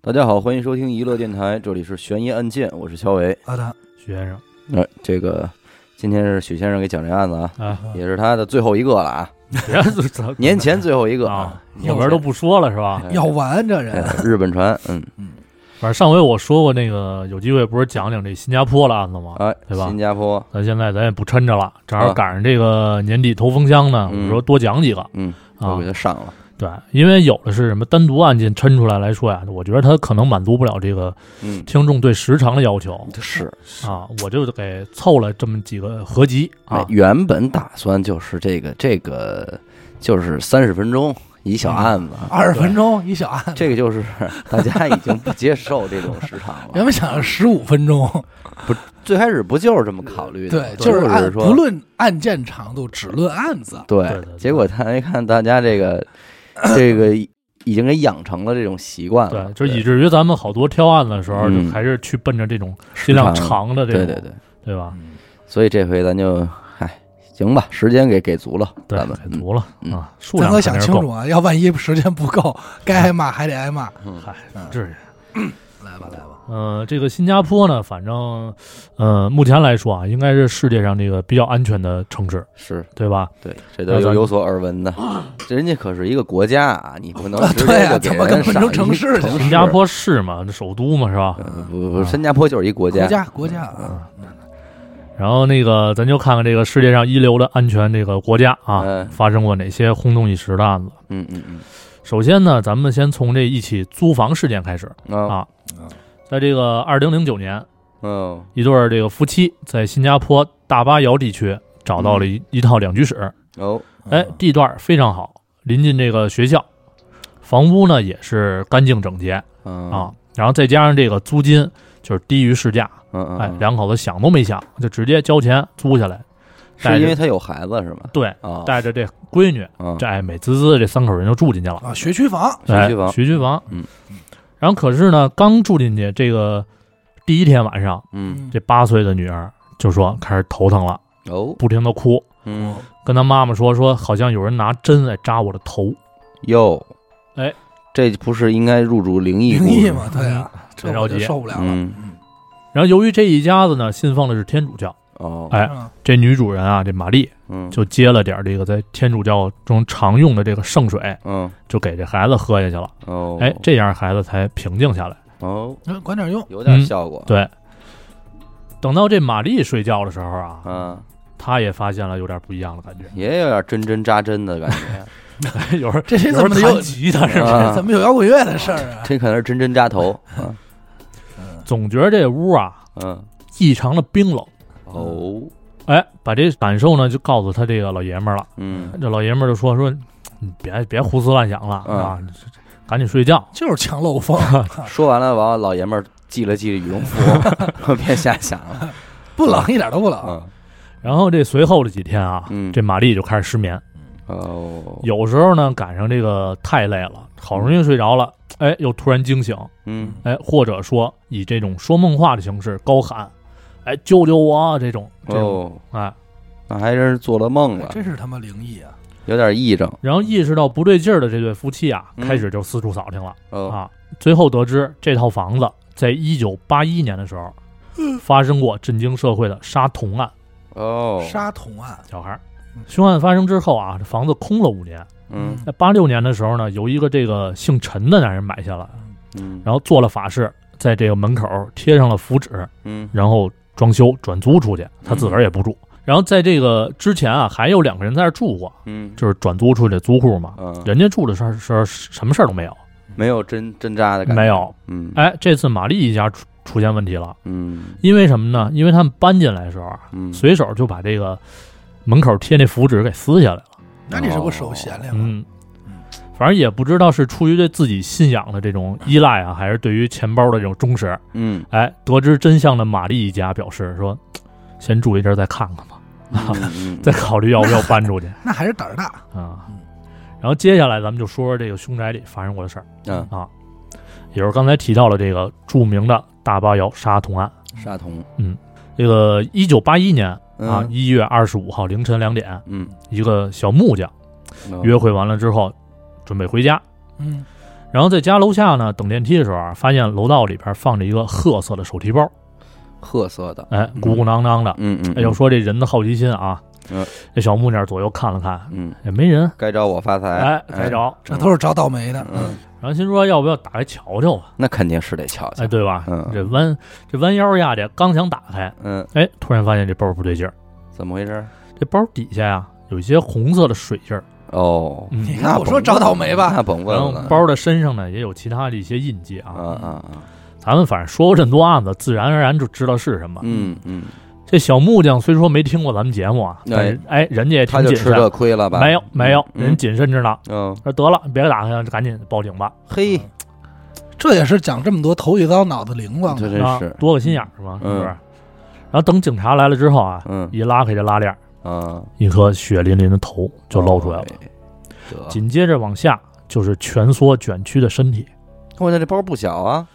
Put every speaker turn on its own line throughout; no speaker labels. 大家好，欢迎收听娱乐电台，这里是悬疑案件，我是乔伟。
阿达
许先生
哎、这个今天是许先生给讲这案子啊，
啊，
也是他的最后一个了啊，
别操
年前最后一个
啊，
年
后边都不说了是吧？
前
要完这人，
哎日本船，嗯
反正上回我说过那个有机会不是讲讲这新加坡的案子吗？
哎，
对吧
新加坡，
咱现在咱也不抻着了，正
啊
好赶上这个年底头风箱呢，
嗯
我说多讲几个
嗯，
啊
我给。他上了，
对，因为有的是什么单独案件抻出来来说呀，我觉得它可能满足不了这个
嗯，
听众对时长的要求
是
啊，我就给凑了这么几个合集
哎
啊，
原本打算就是这个这个就是三十分钟一小案子 啊，
二十分钟一小案子，
这个就是 大家已经不接受这种时长
原
了。
本想十五分钟，
最开始不就是这么考虑的吗？
对，就是按
说啊
不论案件长度，只论案子。
对，
对对对
结果他一看大家这个这个已经给养成了这种习惯了，
对，就以至于咱们好多挑案子的时候，
嗯
就还是去奔着这种
时
尽量
长
长的这
对
种，
对对，
对吧？
所以这回咱就嗨行吧，时间给给足了，
对，
咱们
给足了
嗯
啊，数
咱
量
可
肯
想
定是
清
够
楚啊，要万一时间不够，
哎
该挨骂还得挨骂。
嗨，
嗯
不至于。
来吧，来吧，
呃，这个新加坡呢，反正，呃，目前来说啊，应该是世界上这个比较安全的城市，
是
对吧？
对，这都
那
有
咱
有所耳闻 的，这人家可是一个国家啊，你不能直
对
接
啊
就给
怎么
人
跟分成
上
城
一
市去
城
新加坡市嘛，首都嘛，是吧？
呃不不，新加坡就是一国
国
家，嗯
家国家啊，
然后那个，咱就看看这个世界上一流的安全这个国家啊，
嗯
发生过哪些轰动一时的案子。
嗯嗯
首先呢，咱们先从这一起租房事件开始。
嗯啊
啊在这个二零零九年，
哦
一对儿这个夫妻在新加坡大巴窑地区找到了一、
嗯
一套两居室，
哦
哎，地段儿非常好，临近这个学校，房屋呢也是干净整洁
嗯
啊。然后再加上这个租金就是低于市价，
嗯嗯
哎，
嗯
两口子想都没想就直接交钱租下来。带
是因
着
为他有孩子是吧？
对，
啊
带着这闺女，
啊
这哎美滋滋的这三口人就住进去了，
啊，学区房
嗯学
哎
区房
学区房。
嗯，
然后可是呢，刚住进去这个第一天晚上，
嗯
这八岁的女儿就说开始头疼了，
哦
不停的哭，
嗯
跟她妈妈说说好像有人拿针在扎我的头，
哟，
哎，
这不是应该入主灵异
灵
故
异
事
嘛，对啊，这
嗯真着
我就
急。
受不了了。
嗯
嗯，
然后由于这一家子呢信奉的是天主教，
哦，
哎
嗯
这女主人啊，这玛丽
嗯，
就接了点这个在天主教中常用的这个圣水，
嗯
就给这孩子喝下去了。
哦，
哎，这样孩子才平静下来。
哦
嗯，管点用，
有点
嗯
效果，
对，等到这玛丽睡觉的时候啊，
嗯，。
她也发现了有点不一样的感觉
也有点针针扎针的感觉，
有时候
这些
有时
怎
候
么有
弹吉他是吧？
啊
这 怎么有摇滚乐的事儿啊？
这可能是针针扎头，啊
总觉得这屋啊
嗯，
异常的冰冷。
哦，
哎，把这感受呢就告诉他这个老爷们儿了。
嗯，
这老爷们儿就说说，你别别胡思乱想了
嗯
啊，你赶紧睡觉。
就是强漏 风，
说完了，完了，老爷们儿系了系羽绒服， 别瞎想了，
不冷一点都不冷。
嗯，
然后这随后的几天啊，
嗯
这玛丽就开始失眠。
哦，
有时候呢，赶上这个太累了，好容易睡着了，哎，又突然惊醒，
嗯，
哎，或者说以这种说梦话的形式高喊，哎，救救我这种这种，
哦，
哎，
那还真是做了梦
哎
了，
真是他妈灵异啊！
有点癔症，
然后意识到不对劲儿的这对夫妻啊，
嗯
开始就四处扫听了
哦，
啊，最后得知这套房子在一九八一年的时候
嗯
发生过震惊社会的杀童案，
哦，
杀童案，
小孩儿
嗯。
凶案发生之后啊，这房子空了五年。
嗯
在八六年的时候呢，由一个这个姓陈的男人买下来，
嗯，
然后做了法事，在这个门口贴上了符纸，
嗯，
然后装修转租出去，他自个儿也不住。然后在这个之前啊，还有两个人在这儿住过，
嗯，
就是转租出去的租户嘛。
嗯，
人家住的事儿是什么事儿都没有，
没有针针扎的感觉，
没有。
嗯，
哎，这次玛丽一家出出现问题了，
嗯
因为什么呢？因为他们搬进来的时候啊，
嗯，
随手就把这个门口贴那符纸给撕下来了。
那你是不是啊手闲了？
嗯，反正也不知道是出于对自己信仰的这种依赖啊，还是对于钱包的这种忠实。
嗯，
哎，得知真相的玛丽一家表示说，先住一阵儿再看看吧，
嗯，
再考虑要不要搬出去
那还是胆儿大。
啊
嗯。
然后接下来咱们就说说这个凶宅里发生过的事儿，
嗯
啊，也就是刚才提到了这个著名的大巴窑杀童案。
杀童，
这个一九八一年啊
嗯，
一月二十五号凌晨两点，
嗯，
一个小木匠
哦
约会完了之后，准备回家，
嗯，
然后在家楼下呢等电梯的时候啊，发现楼道里边放着一个褐色的手提包，
褐色的，
哎，
嗯
鼓鼓囊囊的。
嗯嗯，
哎，要说这人的好奇心啊
嗯，
这小木匠左右看了看，
嗯，
也没人，
该找我发财，
哎，没着。
这都是找倒霉的。
嗯，
然后心说要不要打开瞧瞧吧？
那肯定是得瞧瞧
哎，，对吧？
嗯
这弯这弯腰下去，刚想打开，
嗯，
哎，突然发现这包不对劲儿，
怎么回事？
这包底下呀、有一些红色的水印儿，
哦，
你
嗯，
看我说找倒霉吧，
那甭问
然后
了，
包的身上呢也有其他的一些印记
啊
啊。
啊啊，
咱们反正说过这么多案子，自然而然就知道是什么。
嗯嗯，
这小木匠虽说没听过咱们节目啊，但是哎，人家也
他
挺
就
谨
吃这
慎，
亏了吧？
没有没有，
嗯
人谨慎着呢。
嗯，
说得了，别打开了，赶紧报警吧。
嘿，
这也是讲这么多头一遭脑子灵光的。
这真
啊
是，
多个心眼儿是吗？
嗯
是不是？然后等警察来了之后啊，
嗯
一拉开这拉链儿，
啊，
一颗血淋淋的头就露出来了。
哎。得，
紧接着往下就是蜷缩卷曲的身体，
我那这包不小啊，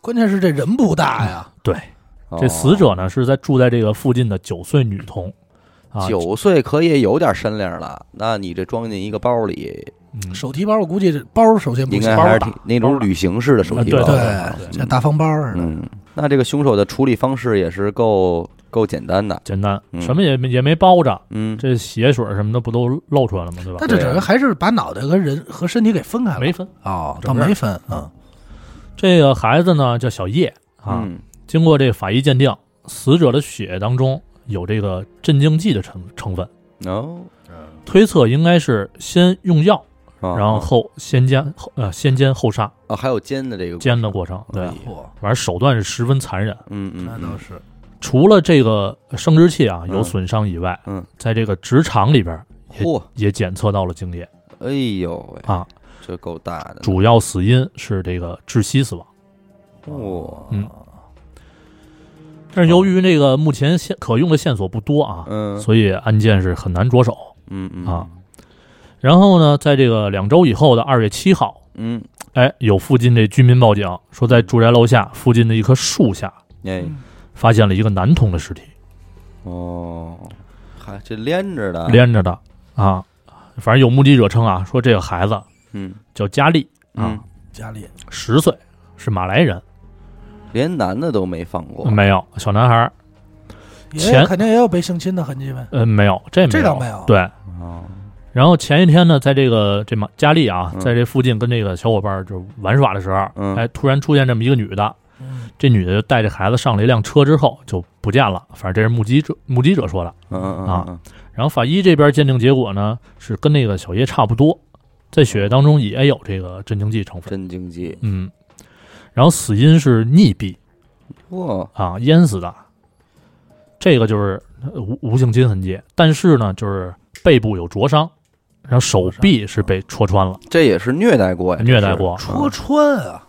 关键是这人不大呀，
这
哦
死者呢是在住在这个附近的九岁女童，啊，
九岁可也有点身量了，那你这装进一个包里，
嗯
手提包我估计这包首先不
应该
小
还是
包
挺那种旅行式的手提包。
对
对，像大方包似的。
嗯，那这个凶手的处理方式也是够够简单的。
简单，
嗯
什么也没也没包着，
嗯，
这血水什么的不都露出来了吗？对吧
但？这人还是把脑袋和人和身体给分开了。
没分。
哦，倒没分啊。
这个孩子呢叫小叶啊，
嗯
经过这法医鉴定，死者的血当中有这个镇静剂的成成分，
哦，
推测应该是先用药，
然
然后先奸后呃先奸后杀
哦还有煎的这个，
奸的过程，对
哎
啊，
呀
嚯，
反正手段是十分残忍。
嗯嗯，
那倒是
除了这个生殖器啊有
嗯
损伤以外，
嗯，
在这个职场里边
嗯嚯，
也检测到了精液
哎呦喂，
啊，
这够大的，
主要死因是这个窒息死亡。
哇，
嗯但是由于这个目前线可用的线索不多啊，
嗯
所以案件是很难着手。
嗯嗯
啊，然后呢，在这个两周以后的二月七号，
嗯，
哎，有附近这居民报警说，在住宅楼下附近的一棵树下
哎
嗯发现了一个男童的尸体，
哦，还这连着的，
连着的啊。反正有目击者称啊，说这个孩子
嗯
叫佳丽啊
嗯，，
家里
十岁，是马来人，
连男的都没放过，
没有小男孩儿，
也
钱
肯定也有被性侵的痕迹呗。
呃，没有，这没有，
这倒没有
对，
哦，
然后前一天呢，在这个这马佳丽啊
嗯，
在这附近跟这个小伙伴儿就玩耍的时候，
嗯
哎，突然出现这么一个女的，
嗯，
这女的就带着孩子上了一辆车之后就不见了，反正这是目击者目击者说的。
嗯嗯
啊
嗯
然后法医这边鉴定结果呢是跟那个小叶差不多，在血液当中也有这个镇静剂成
嗯，
分，
真经济，
嗯，然后死因是溺毙
哇，
啊，淹死的，这个就是呃无无性侵痕迹，但是呢就是背部有灼伤，然后手臂是被戳穿了。
这也是虐待过呀，
虐待
这是
过嗯
戳穿啊，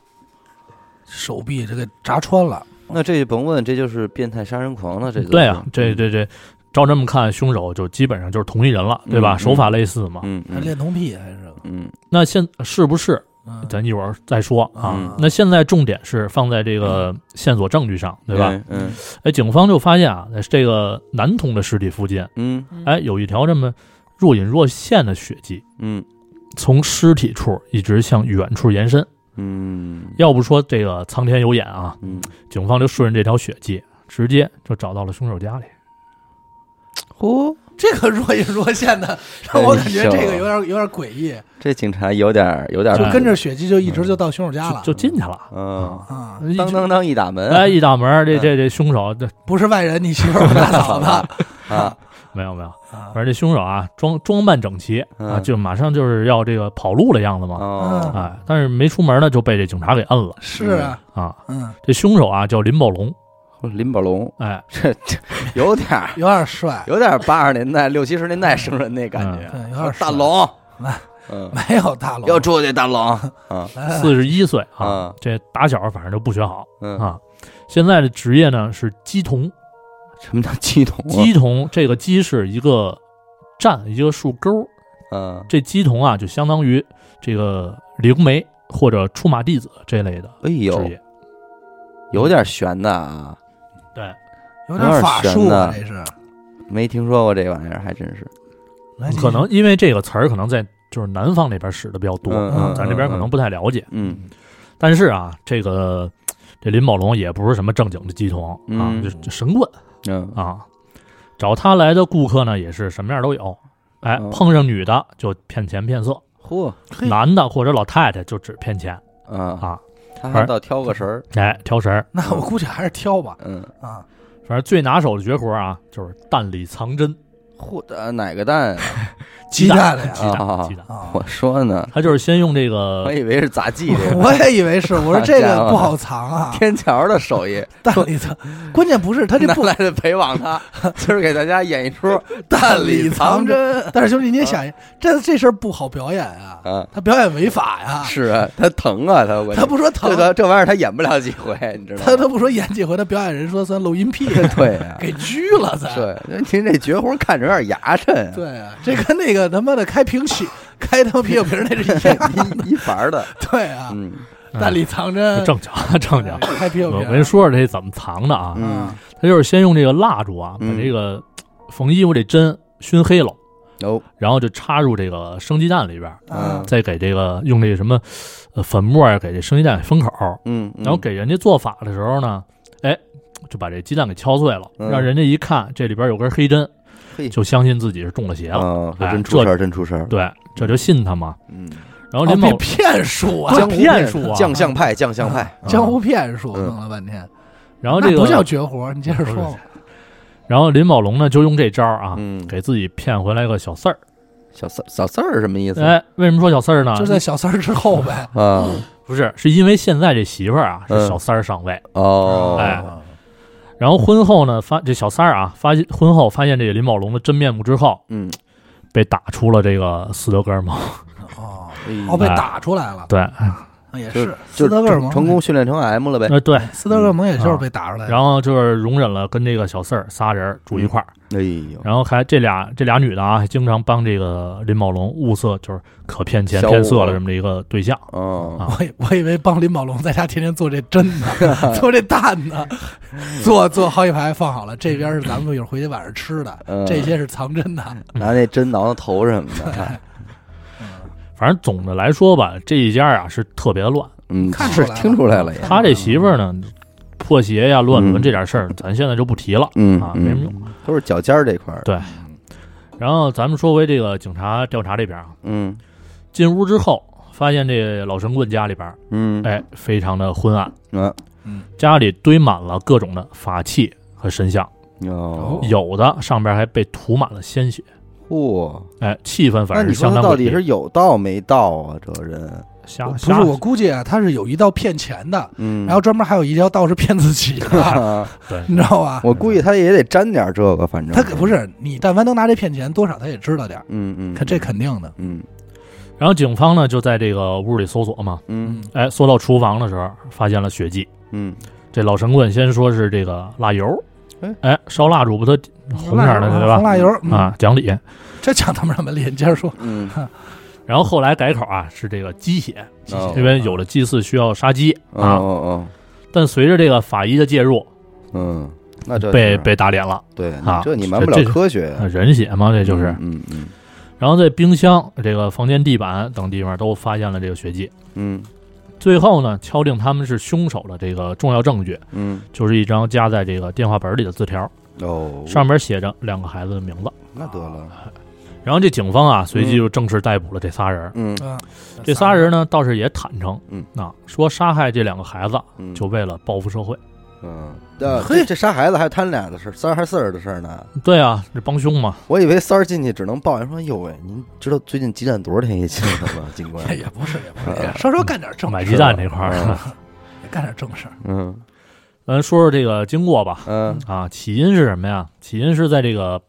手臂这个扎穿了。
那这甭问，这就是变态杀人狂了，这嗯就是
对啊，这，这这，照这么看，凶手就基本上就是同一人了，对吧？
嗯
手法类似嘛。
嗯
还
嗯
恋童癖还是？
嗯
那现是不是？
嗯，
咱一会儿再说啊。
嗯
那现在重点是放在这个线索证据上，对吧？
嗯嗯
哎，警方就发现啊，在这个男童的尸体附近，
嗯
哎，有一条这么若隐若现的血迹，
嗯
从尸体处一直向远处延伸。
嗯
要不说这个苍天有眼啊，
嗯，
警方就顺着这条血迹，直接就找到了凶手家里。
嚯，
这个若隐若现的，让我感觉这个有点有点诡异，
这警察有点儿有点儿
就
哎
跟着血迹就一直就到凶手家了
就就进去了。
嗯，
啊，
一
当当当一打 门，
哎，一打门，这这这凶手啊这
不是外人，你媳妇儿我大 嫂子
啊，
没有没有，
啊
反，正这凶手啊装装扮整齐啊，
嗯
就马上就是要这个跑路的样子嘛。
嗯
哦，
哎，但是没出门呢，就被这警察给摁了
是啊，
啊。
嗯，
这凶手啊叫林宝龙，
林宝龙，
哎，
这这有点儿
有点帅，
有点儿八十年代六七十年代生人那感
嗯
觉，
对，有点帅
大龙
来，
嗯，
没有大哎龙，
要出去，大龙，啊，
来来
嗯四十一岁
啊
啊，这打小反正就不学好
嗯，
啊。现在的职业呢是鸡童，
什么叫鸡童啊？
鸡童这个鸡是一个站一个树钩，
嗯，
这鸡童啊就相当于这个灵媒或者出马弟子这类的
哎
职
呦，
业。
有点悬的啊，
对，
有点法术啊，
嗯
这是，
没听说过这玩意儿，还真是，
来
可能因为这个词儿可能在。就是南方那边使的比较多，
嗯嗯
咱这边可能不太了解。
嗯
但是啊，这个这林宝龙也不是什么正经的鸡童啊，
嗯
就就神棍
嗯
啊。找他来的顾客呢，也是什么样都有。哎
嗯，
碰上女的就骗钱骗色，
嚯
嘿
男的或者老太太就只骗钱
啊，
啊。
他还倒挑个神儿，
哎，挑食儿，
那我估计还是挑吧
嗯，
啊，
反正最拿手的绝活啊，就是蛋里藏针，
嚯，呃哪个蛋
鸡
蛋，
的
鸡
呀
蛋，
啊
鸡蛋。
啊！
我说呢，
他就是先用这
我
个
以为是杂技这个
我也以为是，我说这个不好藏 啊，
天桥的手艺，
蛋里藏，关键不是他这
哪
不，
来的陪网他？今儿给大家演一出
蛋里藏
针。
但是兄弟你也想，这这事儿不好表演啊
啊，
他表演违法呀，
是啊，他疼啊，他我
他不说疼
这，个这玩意儿他演不了几回，你知道吗？
他都不说演几回，他表演人说算录音癖，
对 呀、
给拘了咱。
对，您这绝活看着有点牙碜啊，
对啊，这跟那个他妈的开瓶 洗、开他妈啤酒瓶那是一样的。
一一盘儿的，
对啊，
啊嗯
蛋里藏针，
哎正经 正经。
开啤酒
我
瓶。
跟你说说这怎么藏的啊，
哎嗯，
他就是先用这个蜡烛啊，把
嗯
这个缝衣服这针熏黑了，
有、
然后就插入这个生鸡蛋里边，
嗯
啊，
再给这个用这个什么呃粉末啊，给这生鸡蛋封口，
嗯，嗯
然后给人家做法的时候呢，哎，就把这鸡蛋给敲碎了，
嗯
让人家一看这里边有根黑针
嘿，嗯
就相信自己是中了邪了，
啊，说
哎
真出事儿，真出事儿，
对，这就信他嘛。
嗯，
然后林
哦被
某
骗术啊，
江
湖
骗术啊
将相派，将相派，
啊
江湖骗术，
嗯
弄了半天，
然后这
那不叫
个，
绝活，你接着说吧。
然后林宝龙呢就用这招啊，
嗯，
给自己骗回来个小四儿。
小四小四儿是什么意思？
哎，为什么说小四儿呢？
就在小三儿之后呗。
啊，
不是，是因为现在这媳妇儿啊
嗯
是小三儿上位，
哦，
哎，然后婚后呢发这小三儿啊发现婚后发现这个林宝龙的真面目之后，
嗯，
被打出了这个斯德哥尔摩。
哦，
哎呦
哦，被打出来了，
对，
也
嗯哎就是就
斯
是
德哥尔
成
摩
成功，训嗯练成 M 了呗，
呃对，
斯德哥尔摩也
啊
就是被打出来的。
然后就是容忍了跟这个小四儿仨人住一块儿，
哎呦，
然后还这俩这俩女的啊，还经常帮这个林宝龙物色，就是可骗钱
小五
骗色了这么一个对象。
哦，
啊
我以我以为帮林宝龙在家天天做这针呢， 做这蛋呢，
嗯
做做好几排放好了，这边是咱们一会儿回去晚上吃的，
嗯
这些是藏针的。
拿那针挠挠头什么
哎
的，
反正总的来说吧，这一家啊是特别乱。
嗯，
看出
是
来了
听出来了也，
他这媳妇儿呢，破鞋呀、乱
嗯
伦这点事儿，咱现在就不提了
嗯
啊，
嗯
没什么用。
都是脚尖儿这块儿，
对然后咱们说回这个警察调查这边啊，
嗯
进屋之后发现这老神棍家里边，
嗯，
哎，非常的昏暗，
啊，
家里堆满了各种的法器和神像，
哦，
有的上边还被涂满了鲜血，
嚯，
哎，气氛反
那
正
你
是
说
相
他
当
到
诡
底是
异。
有道没道啊？这人，
瞎
不是
瞎
我估计啊，他是有一道骗钱的，
嗯，
然后专门还有一条道是骗自己 的，
啊
对，
你知道吧？
我估计他也得沾点这个，反正
他可不，是你，但凡能拿这骗钱，多少他也知道点儿，
嗯嗯，
可这，肯定的。
嗯
然后警方呢就在这个屋里搜索嘛，
嗯
哎，搜到厨房的时候发现了血迹。
嗯，
这老神棍先说是这个蜡油
哎，
哎，烧蜡烛不都红色儿的
红红
对吧？
蜡嗯油，嗯
啊，讲理。
这讲他们什么理？你接着说。
嗯
然后后来改口啊，是这个鸡血，
哦
因为有
嗯
了祭祀需要杀鸡
哦
啊。
哦
但随着这个法医的介入，
哦，嗯，那这
被
是
被打脸了，
对
啊
这你瞒不
这
了
这
科学呀，
人血嘛，这就是。
嗯嗯
然后在冰箱、这个房间地板等地方都发现了这个血迹。
嗯
最后呢，敲定他们是凶手的这个重要证据，
嗯
就是一张夹在这个电话本里的字条，
嗯，哦，
上面写着两个孩子的名字。
那得了，
然后这警方啊，随
嗯
即就正式逮捕了这仨人。
嗯
啊，
这仨人呢，倒是也坦诚，
嗯
啊，说杀害这两个孩子
嗯
就为了报复社会。
嗯，呃
嘿
这这杀孩子还有他俩的事儿，三儿还四儿的事儿呢。
对啊，这帮凶嘛，
我以为三儿进去只能抱怨说：“哟喂，您知道最近鸡蛋多少天一斤了吗，警官
哎也不是也不是， 稍稍干点正
买
事，
鸡蛋这块儿。
嗯
也干点正事儿。？”
嗯
咱说说这个经过吧。
嗯，
啊，起因是什么呀？起因是在这个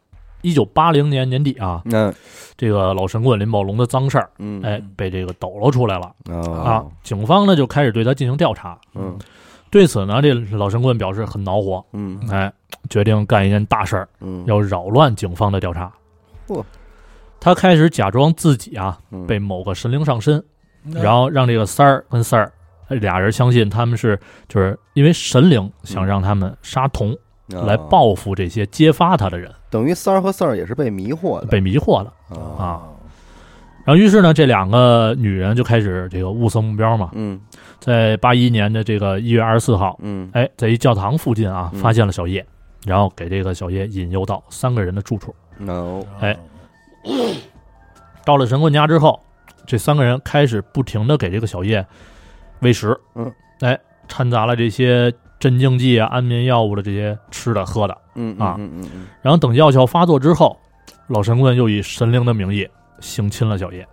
一九八零年年底啊，
那
这个老神棍林宝龙的脏事儿，
嗯
哎，被这个抖搂出来了啊
哦。
警方呢就开始对他进行调查。
嗯
对此呢，这老神棍表示很恼火，
嗯
哎，决定干一件大事儿，
嗯，
要扰乱警方的调查
嚯。
他开始假装自己啊
嗯
被某个神灵上身，
那
然后让这个三儿跟四儿俩人相信他们是就是因为神灵想让他们杀童来
哦，
报复这些揭发他的人。
嗯等于三儿和四儿也是被迷惑的
被迷惑了
啊
啊。然后于是呢，这两个女人就开始这个物色目标嘛，
嗯
在八一年的这个一月二十四号，
嗯
哎，在一教堂附近啊，
嗯
发现了小叶，然后给这个小叶引诱到三个人的住处。
，no，
哎，
哦
到了神棍家之后，这三个人开始不停的给这个小叶喂食，
嗯，
哎，掺杂了这些镇静剂啊、安眠药物的这些吃的喝的。
嗯
啊
嗯嗯嗯
然后等药效发作之后，老神棍又以神灵的名义性侵了小叶，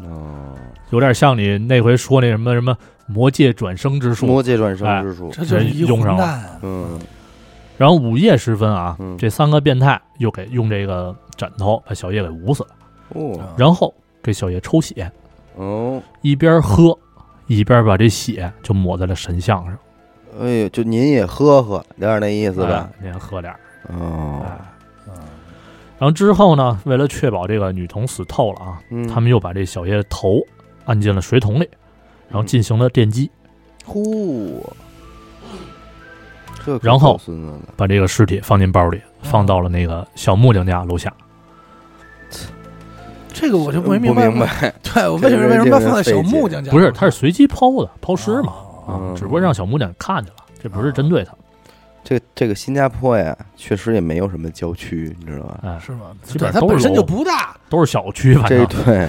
嗯，哦，
有点像你那回说那什么什么魔界转生之术。
魔界转生之术，
这就是一
用
混
上了
蛋，
哎嗯
然后午夜时分啊，
嗯
这三个变态又给用这个枕头把小叶给捂死了，
嗯
哦
然后给小叶抽血，
哦，
一边喝一边把这血就抹在了神像上，
哎呦，就您也喝喝，有点那意思吧？
哎？您喝点儿。
哦，
哎
嗯
然后之后呢，为了确保这个女童死透了啊，
嗯
他们又把这小叶的头按进了水桶里，然后进行了电击，
呼，这可
然后
够孙子的，
把这个尸体放进包里，放到了那个小木匠家楼下。
哦
这个我就没
嗯不
白，
明白，
对我为什么为什么要放在小木匠家？哦
不是，他是随机抛的，抛尸嘛，
嘛
嗯
啊，只不过让小木匠看见了，这不是针对他，
哦这这个新加坡呀，确实也没有什么郊区，你知道吧？
哎，
是吗？
基本
它
上都是
本身
楼
就不 大，
都是小区，反
这
正
对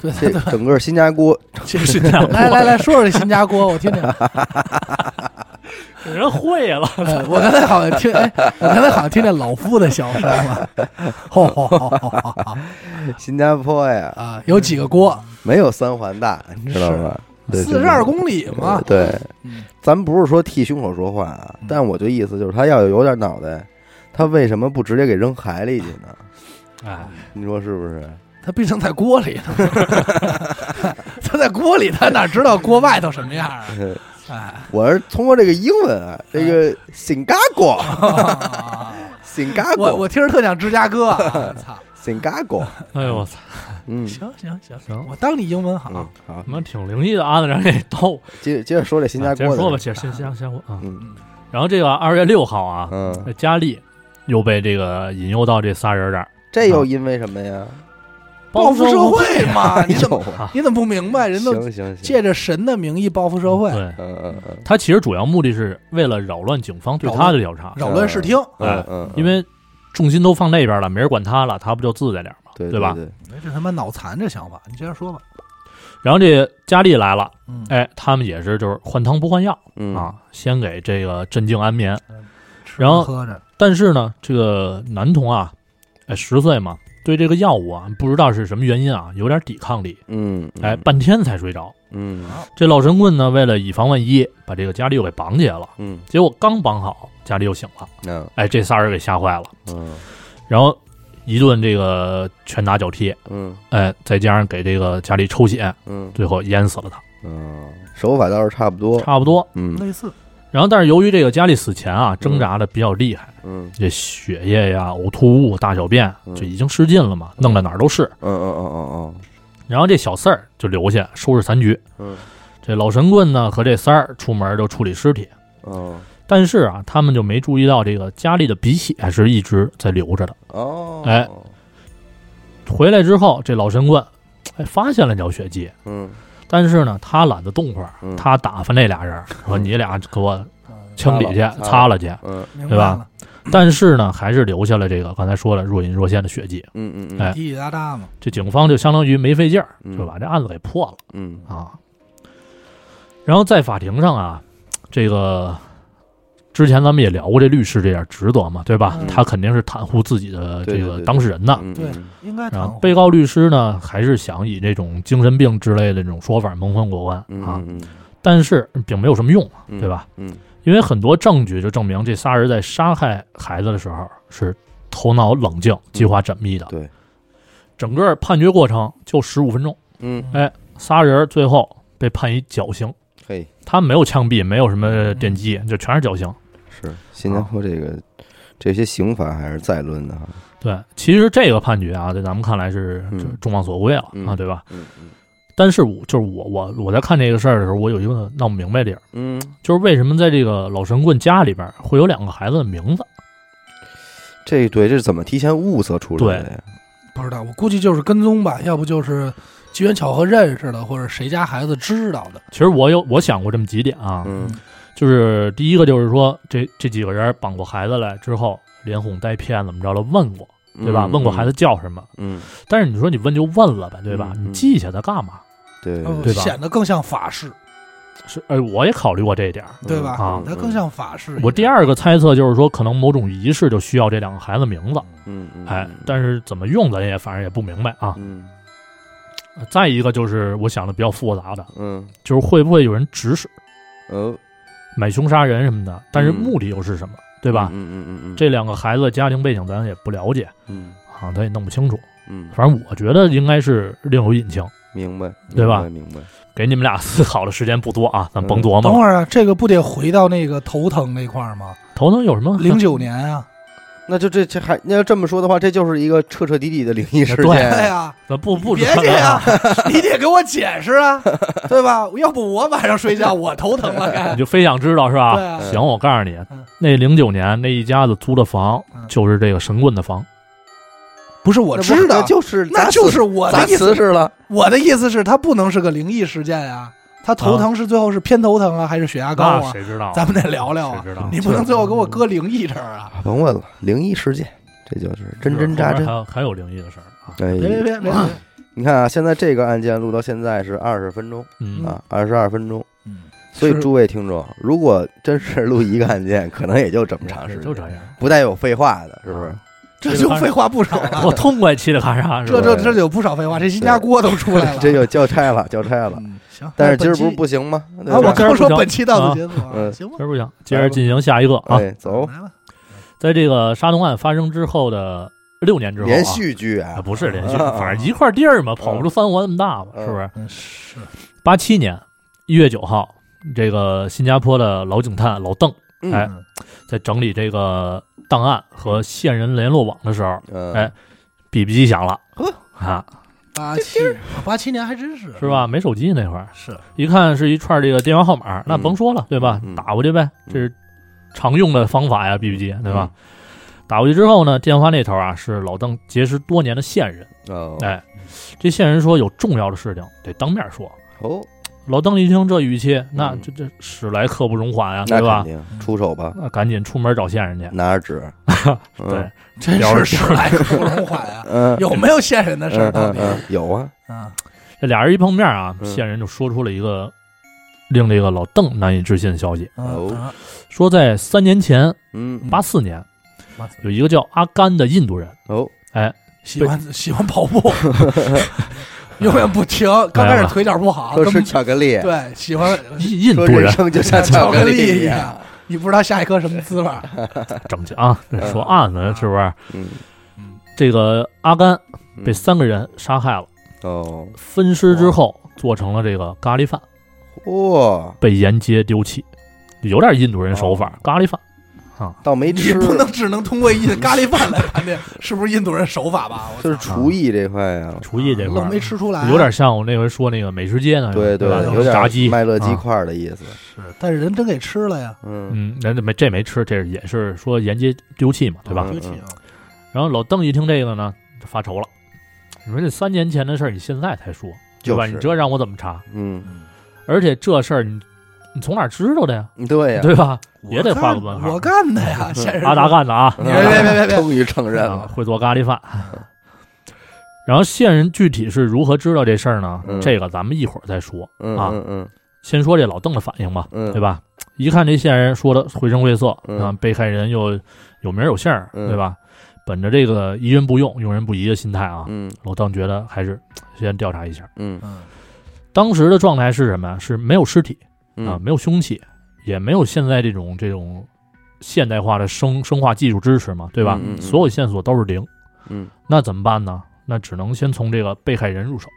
对
这
对
整个新加坡，
这是这样。
来来 来说说这新家锅，我听听。
给人会了，
哎我刚才好像听，哎，我刚才好像听见老夫的笑声了。吼吼吼吼吼吼
新加坡呀，
啊，有几个锅？
没有三环大，你知道吗？对
四十二公里嘛。
对
嗯，
咱不是说替胸口说话啊，
嗯
但我就意思就是，他要有点脑袋，他为什么不直接给扔海里去呢？
哎，
你说是不是？
他毕竟在锅里呢， 他在锅里，他哪知道锅外头什么样啊？哎，
我是通过这个英文啊，这个新加坡，
哎
新加
我
坡，
我听着特像芝加哥啊！操，
新加 坡，
哎呦我操，
嗯，
行行行
行
我当你英文
嗯
好。，
好
他，妈挺灵异的啊，让人给逗。
接着接着说这新加
啊接
坡
着
的
说吧，
事，
接着先先先啊。
嗯
然后这个二月六号啊，
嗯，
这佳丽又被这个引诱到这仨人这儿，
这又因为什么呀？
报复社会嘛，
哎
你怎
呦
么，你怎么不明白？人都
行行行，
借着神的名义报复社会，
对
嗯嗯嗯
他其实主要目的是为了扰乱警方对他的调查，
扰乱视听，
嗯嗯，
哎因为重心都放那边了，没人管他了，他不就自在点儿吗？
对
对吧
对，
哎这他妈脑残这想法，你接着说吧。
然后这佳丽来了，
嗯，
哎，他们也是就是换汤不换药
嗯，
啊，先给这个镇静安眠，
吃
然后
喝着，
但是呢，这个男童啊，哎，十岁嘛，对这个药物啊，不知道是什么原因啊，有点抵抗力，
嗯，嗯
哎，，半天才睡着。
嗯
这老神棍呢，为了以防万一，把这个佳丽又给绑起来了。
嗯，
结果刚绑好，佳丽又醒了，
那
哎，这仨人给吓坏了，
嗯
然后一顿这个拳打脚踢，
嗯
哎，再加上给这个佳丽抽血，
嗯
最后淹死了他，
嗯，手法倒是差不多，
差不多。
嗯
类似
然后，但是由于这个佳丽死前啊挣扎的比较厉害，
嗯
这血液呀、呕吐物、大小便
嗯
这已经失禁了嘛，弄得哪儿都是。
嗯嗯嗯嗯
然后这小四儿就留下收拾残局。
嗯
这老神棍呢和这三儿出门就处理尸体，
嗯
但是啊，他们就没注意到这个佳丽的鼻血是一直在流着的。
哦，
哎，回来之后，这老神棍哎发现了条血迹，
嗯
但是呢，他懒得动会儿
嗯，
他打发那俩人儿说：“
嗯
你俩给我清理去
擦了，
擦了去。
嗯
呃明白
嗯对吧
了，”
但是呢，还是留下了这个刚才说了若隐若现的血迹。
嗯嗯嗯，
哎
滴滴答答嘛，
这警方就相当于没费劲儿，
嗯
就把这案子给破了。
嗯
啊。然后在法庭上啊，这个之前咱们也聊过这律师这点职责嘛，对吧？
嗯
他肯定是袒护自己的
对
这
对
个
对
当事人的。
嗯
对应该
然后
谈。
被告律师呢，还是想以这种精神病之类的这种说法蒙混过关
嗯
啊，
嗯
但是并没有什么用，啊
嗯，
对？吧？
嗯
因为很多证据就证明这仨人在杀害孩子的时候是头脑冷静、计划缜密的。
嗯对，
整个判决过程就十五分钟，
嗯，
哎仨人最后被判以绞刑。
嘿，
他没有枪毙，没有什么
嗯
电击，就全是绞刑。
是新加坡这个这些刑法还是再论的哈，
对，其实这个判决啊，在咱们看来是
嗯
就众望所归了、
嗯
啊，对吧？
嗯嗯
但是我就是我我我在看这个事儿的时候，我有一个闹不明白的地儿，
嗯，
就是为什么在这个老神棍家里边会有两个孩子的名字？
这对这是怎么提前物色出来的呀？
不知道，我估计就是跟踪吧，要不就是机缘巧合认识的，或者谁家孩子知道的，
其实我有我想过这么几点啊，
嗯
就是第一个就是说这这几个人绑过孩子来之后，连哄带骗怎么着的问过，对吧？
嗯
问过孩子叫什么，
嗯，
但是你说你问就问了呗，对吧？
嗯嗯
你记下它干嘛？
对
呃
对吧
显得更像法式，
是，哎，我也考虑过这一点儿。
对
嗯
吧？
啊
它更，像法式一点。
我第二个猜测就是说，可能某种仪式就需要这两个孩子名字，
嗯嗯，
哎，但是怎么用咱也反正也不明白啊。
嗯
再一个就是我想的比较复杂的，
嗯
就是会不会有人指使
哦，
买凶杀人什么的，但是
嗯
目的又是什么，对吧？
嗯嗯嗯嗯，
这两个孩子的家庭背景咱也不了解
嗯
啊，咱也弄不清楚。
嗯，
反正我觉得应该是另有隐情。
明白，
对吧
明白，
给你们俩思考的时间不多啊，咱甭
嗯
琢
等
磨了。
会儿啊，这个不得回到那个头疼那块儿 吗？
头疼有什么？
零九年啊，
那就这这还那要这么说的话，这就是一个彻彻底底的灵异事件。
对
对哎呀，
咱不不
别这样，哎你得给我解释 啊，对吧？要不我晚上睡觉我头疼了该
啊你。就非想知道是吧？
对啊
行，我告诉你
嗯，
那零九年那一家子租的房
嗯
就是这个神棍的房，
不是我
那不
知道
那，就是
那
砸
就
瓷
是我
砸
的意
瓷
思。
实了，
我的意思是，它不能是个灵异事件啊。它头疼是最后是偏头疼啊，还是血压高
那
啊？
谁知道啊？
咱们得聊聊啊
谁知道？
你不能最后给我搁灵异这儿啊！
甭问了，灵异事件，这就是真真扎
后边还
真。
有还有灵异的事儿啊。
哎，
别别别别，
你看啊，现在这个案件录到现在是二十分钟
嗯，
啊，二十二分钟。
嗯
所以
是
诸位听众，如果真是录一个案件，可能也就这么长时
就这
间，
样，
不带有废话的，是不是？
这就废话不少了
我。痛快嘁里咔嚓，是吧
啊这这这就有不少废话，这新家锅都出来了。
哎 这就交差了，交差了。
嗯行，
但是
那
今儿不
本
是
期
不行吗？对
啊，
吧
我刚说
今儿不行
本期到此结束啊，
嗯
行吧
今，儿不行，接着进行下一个啊。
哎，走，
来吧，
在这个沙龙案发生之后的六年之后啊，
连续剧啊
啊，不是连续，
啊
反正一块地儿嘛，跑不
嗯
出三环那么大嘛，
嗯
是不是？
嗯是
八七年一月九号，这个新加坡的老警探老邓
嗯
哎在整理这个档案和线人联络网的时候，
嗯
哎哔哔机响了
呵
啊，
八七啊八七年还真是
是吧？没手机那会儿，
是
一看是一串这个电话号码，那甭说了，对吧
嗯？
打过去呗，
嗯
这是常用的方法呀，哔哔机，对吧？打过去之后呢，电话那头啊是老邓结识多年的线人，
哦
哎，这线人说有重要的事情得当面说。
哦，
老邓一听这语气，那
嗯
这这史来刻不容缓呀，
那
啊对
肯
吧？
定出手吧，
那赶紧出门找线人去。
拿着纸，嗯！
对，，
真
聊着
是史莱克不容缓啊
嗯，
有没有现人的事儿
嗯
到
嗯
底？
嗯，有啊，
啊，
这俩人一碰面啊，
嗯
线人就说出了一个令这个老邓难以置信的消息，
哦
啊
说在三年前，
嗯，
八四年，
啊
有一个叫阿甘的印度人，
哦，
喜欢喜欢跑步， 永远不停。刚开始腿脚不好，
说
啊根
吃
本
巧克力，
对喜欢
印印 度
说人
人，
生就像巧
巧
克
克
力
力
一
一
样，
样。你不知道下一颗什么滋味儿，
整去啊，这说案子是不是？
嗯，
这个阿甘
嗯
被三个人杀害了，
哦，
分尸之后做成了这个咖喱饭，
哇，
被沿街丢弃，有点印度人手法
哦，
咖喱饭。
倒没
你
哎吃，
不能只能通过印咖喱饭来判定是不是印度人手法吧？我操
就是厨艺这块呀，
厨艺这块
愣
儿
没吃啊出来，
有点像我那回说那个美食街呢，
对
嗯对
对
吧？，
有点
炸鸡
麦乐鸡
啊
块儿的意思，
是，但是人真给吃了呀，
嗯
嗯，那这没这没吃，这是也是说沿街丢弃嘛，对吧？
嗯
对不起啊，
然后老邓一听这个呢，就发愁了。你说这三年前的事儿，你现在才说，对吧？
就是
你这让我怎么查？
嗯，
而且这事儿你你从哪儿知道的呀？
对呀，
对吧？
我
也得画个问
干
号
我干的呀， 先生
阿达干 的啊，
别别别别
嗯
别
终于承认
啊
了，
会做咖喱饭。然后线人具体是如何知道这事儿呢？
嗯
这个咱们一会儿再说，
嗯
啊
嗯嗯
先说这老邓的反应吧，
嗯，
对吧？一看这线人说的绘声绘色，
嗯
啊，被害人又有名有姓儿，
嗯
对吧？本着这个疑人不用，用人不疑的心态啊，
嗯
老邓觉得还是先调查一下。
嗯
嗯
当时的状态是什么呀？是没有尸体
嗯
啊，没有凶器，也没有现在这种这种现代化的生生化技术支持嘛，对吧？
嗯嗯嗯
所有线索都是零，
嗯
那怎么办呢？那只能先从这个被害人入手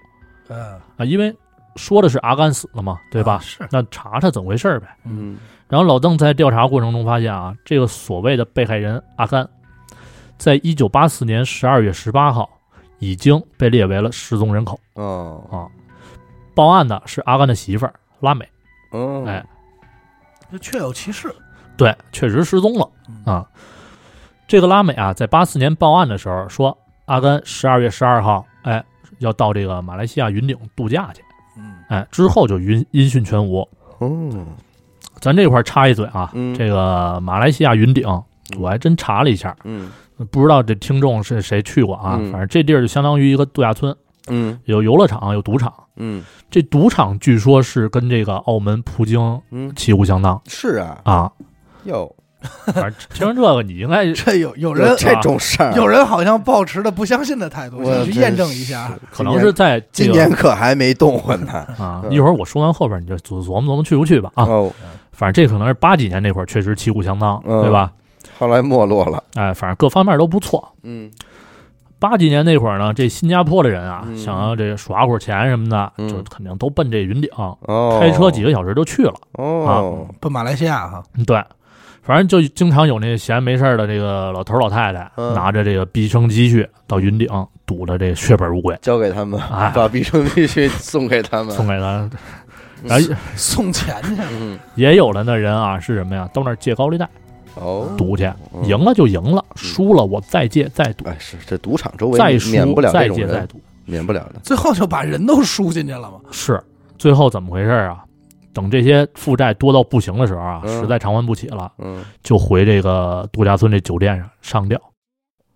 嗯，
啊，因为说的是阿甘死了嘛，对吧？
啊是
那查查怎么回事儿呗。
嗯
然后老邓在调查过程中发现啊，这个所谓的被害人阿甘，在一九八四年十二月十八号已经被列为了失踪人口
哦
啊。报案的是阿甘的媳妇儿拉美，
哦
哎，
就确有其事，
对，确实失踪了
嗯
啊。这个拉美啊，在八四年报案的时候说，阿甘十二月十二号，哎，要到这个马来西亚云顶度假去。
嗯
哎，之后就音音讯全无。
哦，
咱这块儿插一嘴啊，
嗯
这个马来西亚云顶，我还真查了一下，
嗯
不知道这听众是谁去过啊。
嗯
反正这地儿就相当于一个度假村，
嗯
有游乐场，有赌场。
嗯
这赌场据说是跟这个澳门葡京
嗯，
旗鼓相当
是啊，
啊。
哟，
反正听这个，你应该
这有有
有
人
这
啊
种事儿，
有人好像抱持的不相信的态度，
我
你去验证一下。
可能是在这
今
个
年可还没动过呢。
啊，
嗯
一会儿我说完后边你就琢琢磨琢磨去不去吧啊。
哦，
反正这可能是八几年那会儿确实旗鼓相当，
嗯
对吧？
后来没落了。
哎，反正各方面都不错。
嗯
八几年那会儿呢，这新加坡的人啊，
嗯
想要这耍会儿钱什么的，
嗯
就肯定都奔这云顶，
哦，
开车几个小时就去了。啊
哦，
奔马来西亚哈，
嗯对，反正就经常有那闲没事儿的这个老头儿老太太，
嗯
拿着这个毕生积蓄到云顶赌的这血本无归，
交给他们，
哎
把毕生必须送给他们。
送给咱。然后
送钱去了。
嗯，
也有的那人啊是什么呀，到那儿借高利贷
哦，
赌去，
嗯
赢了就赢了，输了我再借再赌，
哎，是这赌场周围
再输
免不了这
再
种
借再
人，
赌。
免不了的。
最后就把人都输进去了嘛。
是，最后怎么回事儿啊？等这些负债多到不行的时候啊，
嗯
实在偿还不起了，
嗯，
就回这个度假村这酒店上上吊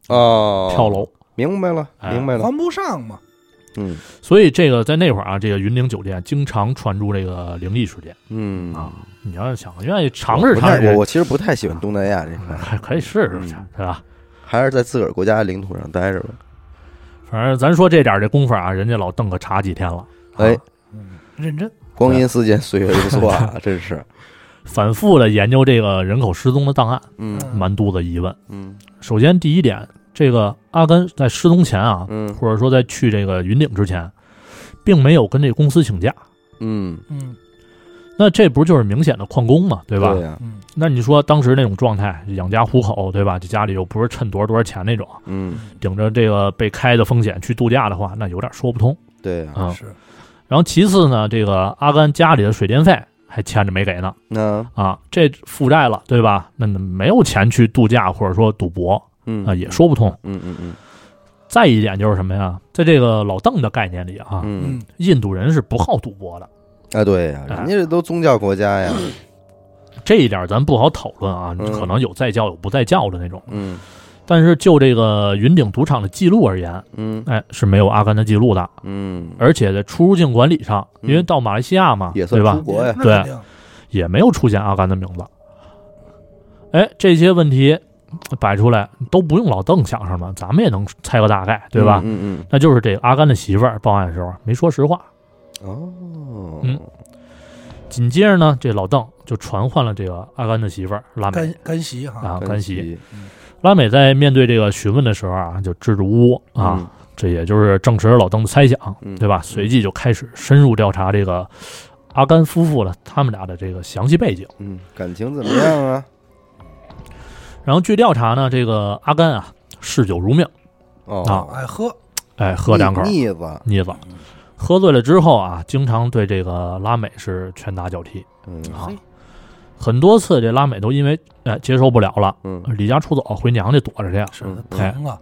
哦，
嗯跳，楼。
明白了，
哎
明白了。
还不上嘛，
嗯
所以这个在那会儿啊，这个云顶酒店经常传出这个灵异事件
嗯
啊。你要是想愿意尝试
不
尝
太我
试，哎
我其实不太喜欢东南亚这块，
还可以试试去
嗯，
对吧？
还是在自个儿国家领土上待着吧。
反正咱说这点儿这功夫啊，人家老邓可查几天了。啊
哎，
认真。
光阴似箭，岁月如梭啊，真是。
反复的研究这个人口失踪的档案，
嗯
满肚子疑问。
嗯
首先，第一点，这个阿甘在失踪前啊，
嗯
或者说在去这个云顶之前，并没有跟这公司请假，
嗯，
嗯
那这不就是明显的旷工嘛，对
对
吧？
呀，
嗯，
那你说当时那种状态，养家糊口，对吧？这家里又不是趁多少多少钱那种，
嗯
顶着这个被开的风险去度假的话，那有点说不通
对呀，
啊、
是
然后其次呢，这个阿甘家里的水电费还欠着没给呢
那
啊，这负债了，对吧？那没有钱去度假或者说赌博
嗯
啊，也说不通。
嗯嗯嗯
再一点就是什么呀，在这个老邓的概念里啊，
嗯
嗯，
印度人是不好赌博的。
啊，对呀，
哎
人家这都宗教国家呀，
这一点咱不好讨论啊，
嗯
可能有在教有不在教的那种。
嗯
但是就这个云顶赌场的记录而言，
嗯
哎，是没有阿甘的记录的。
嗯，
而且在出入境管理上，
嗯
因为到马来西亚嘛，
也
对
算出
吧，
国呀，
那肯定，
也没有出现阿甘的名字。哎，这些问题摆出来都不用老邓想什么，咱们也能猜个大概，对吧？
嗯
那就是这个阿甘的媳妇儿报案的时候没说实话。
嗯哦，
嗯紧接着呢，这老邓就传唤了这个阿甘的媳妇儿拉美
干干席哈，
啊，甘
干
喜。拉美在面对这个询问的时候啊，就支支吾吾啊，，这也就是证实了老邓的猜想，
嗯
对吧？随即就开始深入调查这个阿甘夫妇了，他们俩的这个详细背景。
嗯，感情怎么样啊？
然后据调查呢，这个阿甘啊嗜酒如命，
哦，
爱啊喝，
哎，喝两口
腻腻子，
腻子，喝醉了之后啊，经常对这个拉美是拳打脚踢
嗯
啊。很多次，这拉美都因为哎接受不了了，
嗯
离家出走回娘家躲着去了。
是
嗯
疼啊，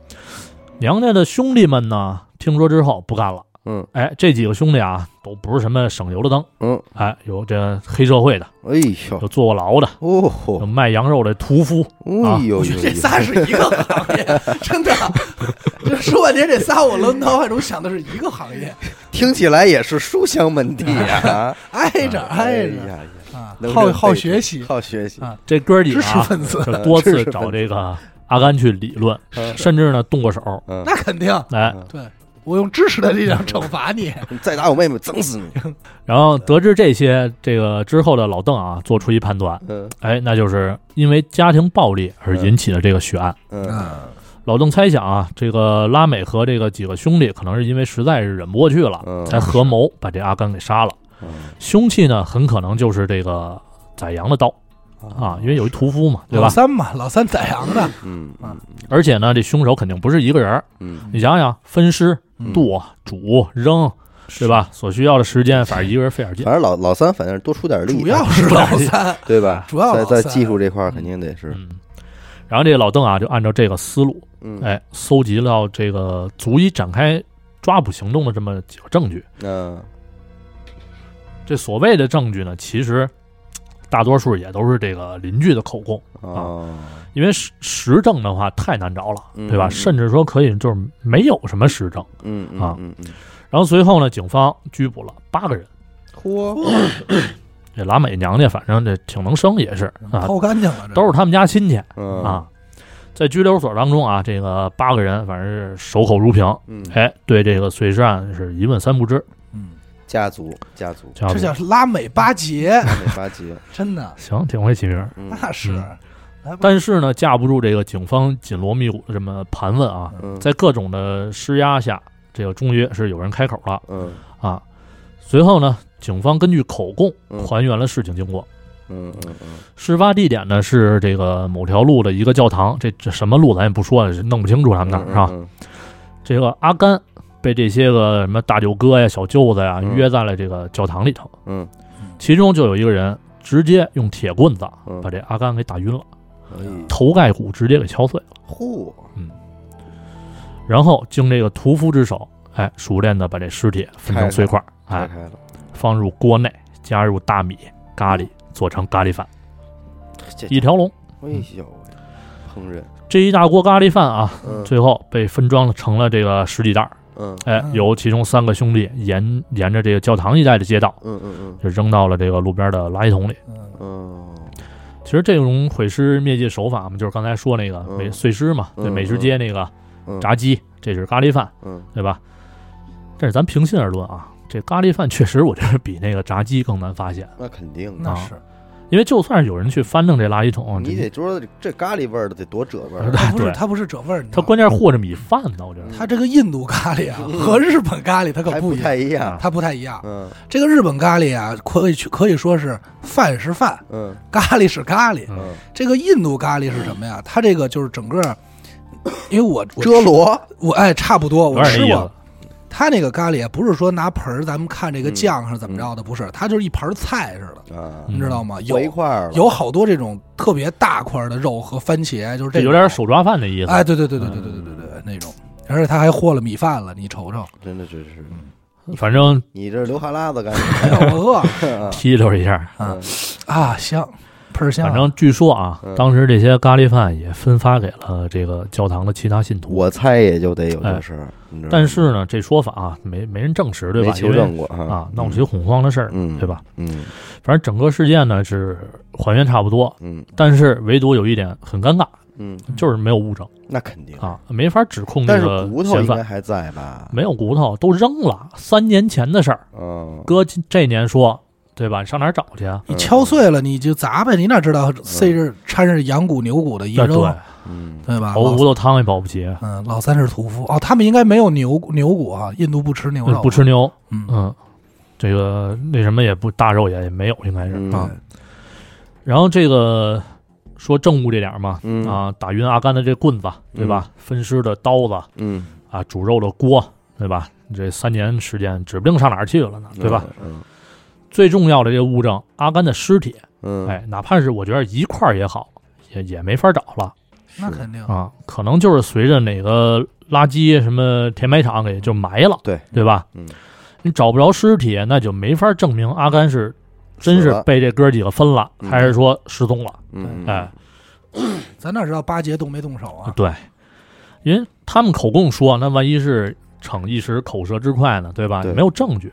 娘家的兄弟们呢，听说之后不干了。
嗯，
哎，这几个兄弟啊，都不是什么省油的灯。
嗯，
哎，有这黑社会的，
哎呦
有，坐过牢的，
哦
有
吼，
卖羊肉的屠夫。
哎呦呦
我觉得
呦，
这仨是一个行业，真的。就说半天，这仨我轮脑海中想的是一个行业，
听起来也是书香门第 呀，
挨着挨着
哎呀，
啊
能，
好
认
好
辈子
学 习，
好学习，
啊
这哥几
知
个
识
啊，
分子，
就多次找这个阿甘去理论，
嗯
甚至呢动过手。
嗯
那肯定。
哎，
对我用知识的力量惩罚你，
你再打我妹妹，整死你！
然后得知这些这个之后的老邓啊，做出一判断，
嗯
哎，那就是因为家庭暴力而引起的这个血案。
嗯
嗯，
老邓猜想啊，这个拉美和这个几个兄弟可能是因为实在是忍不过去了，
嗯
才合谋把这阿甘给杀了。凶器呢，很可能就是这个宰羊的刀啊，因为有一屠夫嘛，对
老
吧？
三嘛，老三宰羊的，
嗯嗯
而且呢，这凶手肯定不是一个人儿，
嗯，
你想想，分尸、
嗯
剁、煮、扔，对吧？所需要的时间，反正一个人费点劲。
反正老老三，反正多出点力，啊
主要是老三，
对吧？
主要
在
老
在
三
技术这块儿肯定得是，
嗯。然后这个老邓啊，就按照这个思路，
嗯
哎，搜集到这个足以展开抓捕行动的这么几个证据。
嗯
这所谓的证据呢，其实大多数也都是这个邻居的口供，
哦，
因为实实证的话太难找了，对吧？
嗯
甚至说可以就是没有什么实证。
嗯嗯
啊
嗯嗯，
然后随后呢，警方拘捕了八个人。
嚯，
这拉美娘家反正这挺能生，也是啊，
掏干净了，这
都是他们家亲戚
嗯，
啊。在拘留所当中啊，这个八个人反正是守口如瓶，
嗯，
哎，对这个碎尸案是一问三不知。
嗯，
家族家 族，
这样
这叫
嗯
拉美巴结，
南美八杰，
真的，
行，挺会起名儿。
嗯
那是
嗯。
来吧
但是呢，架不住这个警方紧锣密鼓的这么盘问啊，
嗯
在各种的施压下，这个终于是有人开口了
嗯
啊。随后呢，警方根据口供
嗯
还原了事情经过。
嗯嗯嗯，
事发地点呢是这个某条路的一个教堂，这这什么路咱也不说了，是弄不清楚他们哪儿是吧？
嗯？
这个阿甘被这些个什么大舅哥呀、小舅子呀
嗯
约在了这个教堂里头，
嗯，
其中就有一个人直接用铁棍子
嗯
把这阿甘给打晕了，
嗯哎，
头盖骨直接给敲碎了，
嚯，
然后经这个屠夫之手，哎，熟练的把这尸体分成碎块，
拆
哎，
开了，
放入锅内，加入大米、咖
嗯
喱，做成咖喱饭，
这
一条龙。
哎呦喂，烹饪，
这一大锅咖喱饭啊，
嗯
最后被分装了成了这个十几袋儿，
嗯
哎，
嗯
由其中三个兄弟沿沿着这个教堂一带的街道，
嗯嗯
就扔到了这个路边的垃圾桶里。
嗯
嗯嗯，
其实这种毁尸灭迹手法嘛，就是刚才说那个
嗯
美碎尸嘛，
嗯
对，美食街那个
嗯
炸鸡，这是咖喱饭，
嗯
对吧？但是咱平心而论啊，这咖喱饭确实我觉得比那个炸鸡更难发现，
那肯定的，
那
啊
是，
因为就算是有人去翻弄这垃圾桶，
你
这
得说这咖喱味儿的得多褶味儿，啊
它不是
对
它不是这味儿，你知
他
道吗
关键是和着米饭呢，我觉得
嗯
它这个印度咖喱啊和日本咖喱它可
还
不
不
一
太
样，
一样，
它不太一样。
嗯
这个日本咖喱啊，可以去可以说是饭是饭，
嗯
咖喱是咖喱。
嗯，
这个印度咖喱是什么呀？它这个就是整个，因为我我
遮罗，
我哎差不多，
有
我
点
吃
那意
过
思。。
它那个咖喱不是说拿盆儿，咱们看这个
嗯
酱是怎么着的，不是，它就是一盘儿菜似的，
啊，
嗯
你知道吗？有
有一块儿了，
有好多这种特别大块的肉和番茄，就是
这
这
有点手抓饭的意思，
哎，对对对对对对对对对那种，而且它还和了米饭了，你瞅瞅，
真的真是，
嗯反正
你这流哈喇子干什
哎呦 我
么？
踢溜一下，
嗯
饿啊，香，倍儿香。
反正据说啊
嗯，
当时这些咖喱饭也分发给了这个教堂的其他信徒。
我猜也就得有这事儿，你知道吗
哎但是呢，这说法啊，没没人证实，对
没
吧？
求证过
因为啊，闹起恐慌的事儿，
嗯
对吧？
嗯
反正整个事件呢是还原差不多，
嗯
但是唯独有一点很尴尬，
嗯，
就是没有物证
那肯定。
啊，没法指控
但
这
是
个
骨头
嫌
应该
犯。
还在吧？
没有骨头都扔了，三年前的事儿，
嗯，
搁今这年说，对吧？你上哪儿找去啊？
你敲碎了你就砸呗，你哪知道塞着掺着羊骨牛骨的一
对对，
扔，
嗯
对吧？
熬
老
骨头汤也保不齐，
嗯，老三是屠夫哦，他们应该没有牛牛骨啊，印度不吃牛肉，
不吃，牛，
嗯
嗯，这个那什么也不大肉也也没有，应该是
嗯
啊。然后这个说政务这点儿嘛，
嗯
啊，打晕阿甘的这棍子，对吧？分尸的刀子
嗯，
啊，煮肉的锅，对吧？这三年时间，指不定上哪儿去了呢，对吧？？
嗯
最重要的这个物证，阿甘的尸体，
嗯，
哎，哪怕是我觉得一块儿也好，也也没法找了
是，
那肯定。
啊，可能就是随着哪个垃圾什么填埋场给就埋了，
对
对吧？
嗯，
你找不着尸体，那就没法证明阿甘是真
死
是
了
被这哥几个分了，
嗯
还是说失踪了。
嗯，
哎，
咱哪知道巴结动没动手啊？
对，因为他们口供说，那万一是逞一时口舌之快呢，对吧？
对
没有证据。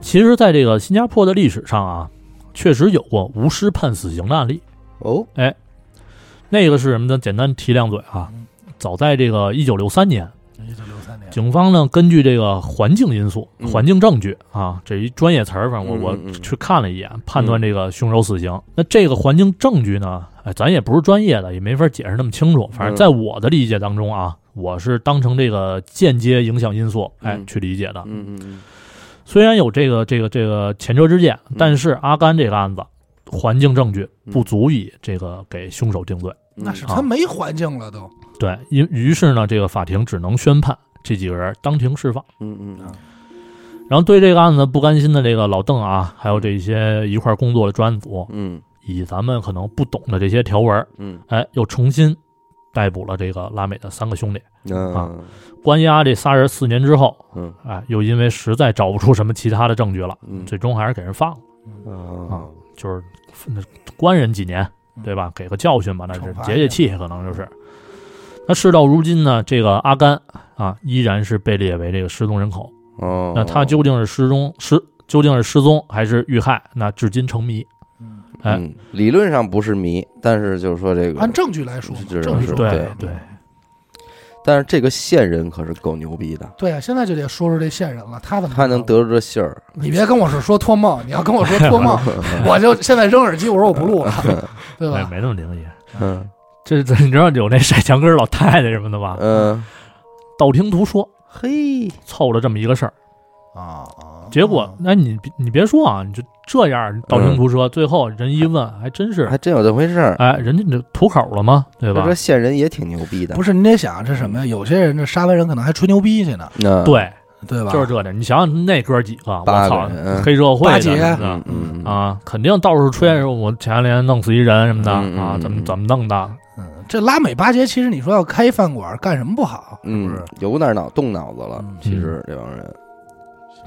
其实，在这个新加坡的历史上啊，确实有过无尸判死刑的案例。
哦，
那个是什么呢？简单提两嘴啊。
嗯
早在这个一九六三年，
一九六三年，
警方呢根据这个环境因素、
嗯
环境证据啊这一专业词儿，反正我
嗯
我
嗯嗯
去看了一眼，判断这个凶手死刑。那这个环境证据呢，哎，咱也不是专业的，也没法解释那么清楚。反正
嗯
在我的理解当中啊，我是当成这个间接影响因素哎
嗯
去理解的。
嗯嗯
虽然有这个这个这个前车之鉴，但是阿甘这个案子环境证据
嗯
不足以这个给凶手定罪。
嗯，
那是
啊
他没环境了都。
对，因于是呢，这个法庭只能宣判这几个人当庭释放。
嗯
啊
嗯
然后对这个案子不甘心的这个老邓啊，还有这些一块儿工作的专案组，
嗯
以咱们可能不懂的这些条文儿，
嗯
哎，又重新逮捕了这个拉美的三个兄弟，啊
嗯
关押这仨人四年之后，
嗯，
哎，又因为实在找不出什么其他的证据了，
嗯
最终还是给人放了，
嗯
啊
就是那关人几年，对吧？给个教训吧，那
惩
是
罚一下
解解气，可能就是。那事到如今呢，这个阿甘啊，依然是被列为这个失踪人口。
哦，
那他究竟是失踪失，究竟是失踪还是遇害？那至今成谜。
嗯
哎
嗯理论上不是谜，但是就是说这个
按，证据来说嘛，
这
证据
是
说
对
对
但是这个线人可是够牛逼的，
对啊，现在就得说说这线人了，他怎么
他能？得着这信儿，
你别跟我是说托梦，你要跟我说 托梦，我就现在扔耳机，我说我不录了，对
哎，
吧？
没那么灵异。
嗯
这这你知道有那晒墙根儿老太太什么的
啊
吧？
呃
嗯，
道听途说
嘿，
凑了这么一个事儿，
啊啊！
结果那你别你别说啊，你就这样道
嗯
听途说，最后人一问还真是，
还真有这回事儿，
哎，人家这吐口了吗？对
他
吧
这？线人也挺牛逼的
不，是你得想这什么呀？有些人这杀完人可能还吹牛逼去呢，
那
对，
对啊吧？
就是这点。你想想那哥几个，我
八
操
个人，
黑社会
八
的
姐
什么
嗯
的
嗯嗯
啊，肯定到处吹说我前两天弄死一人什么的
嗯嗯
啊，
嗯
怎么
嗯
怎么弄的？
嗯，这拉美巴结，其实你说要开饭馆干什么不好？是不
嗯
是？，
有点脑动脑子了，
嗯
其实这帮人。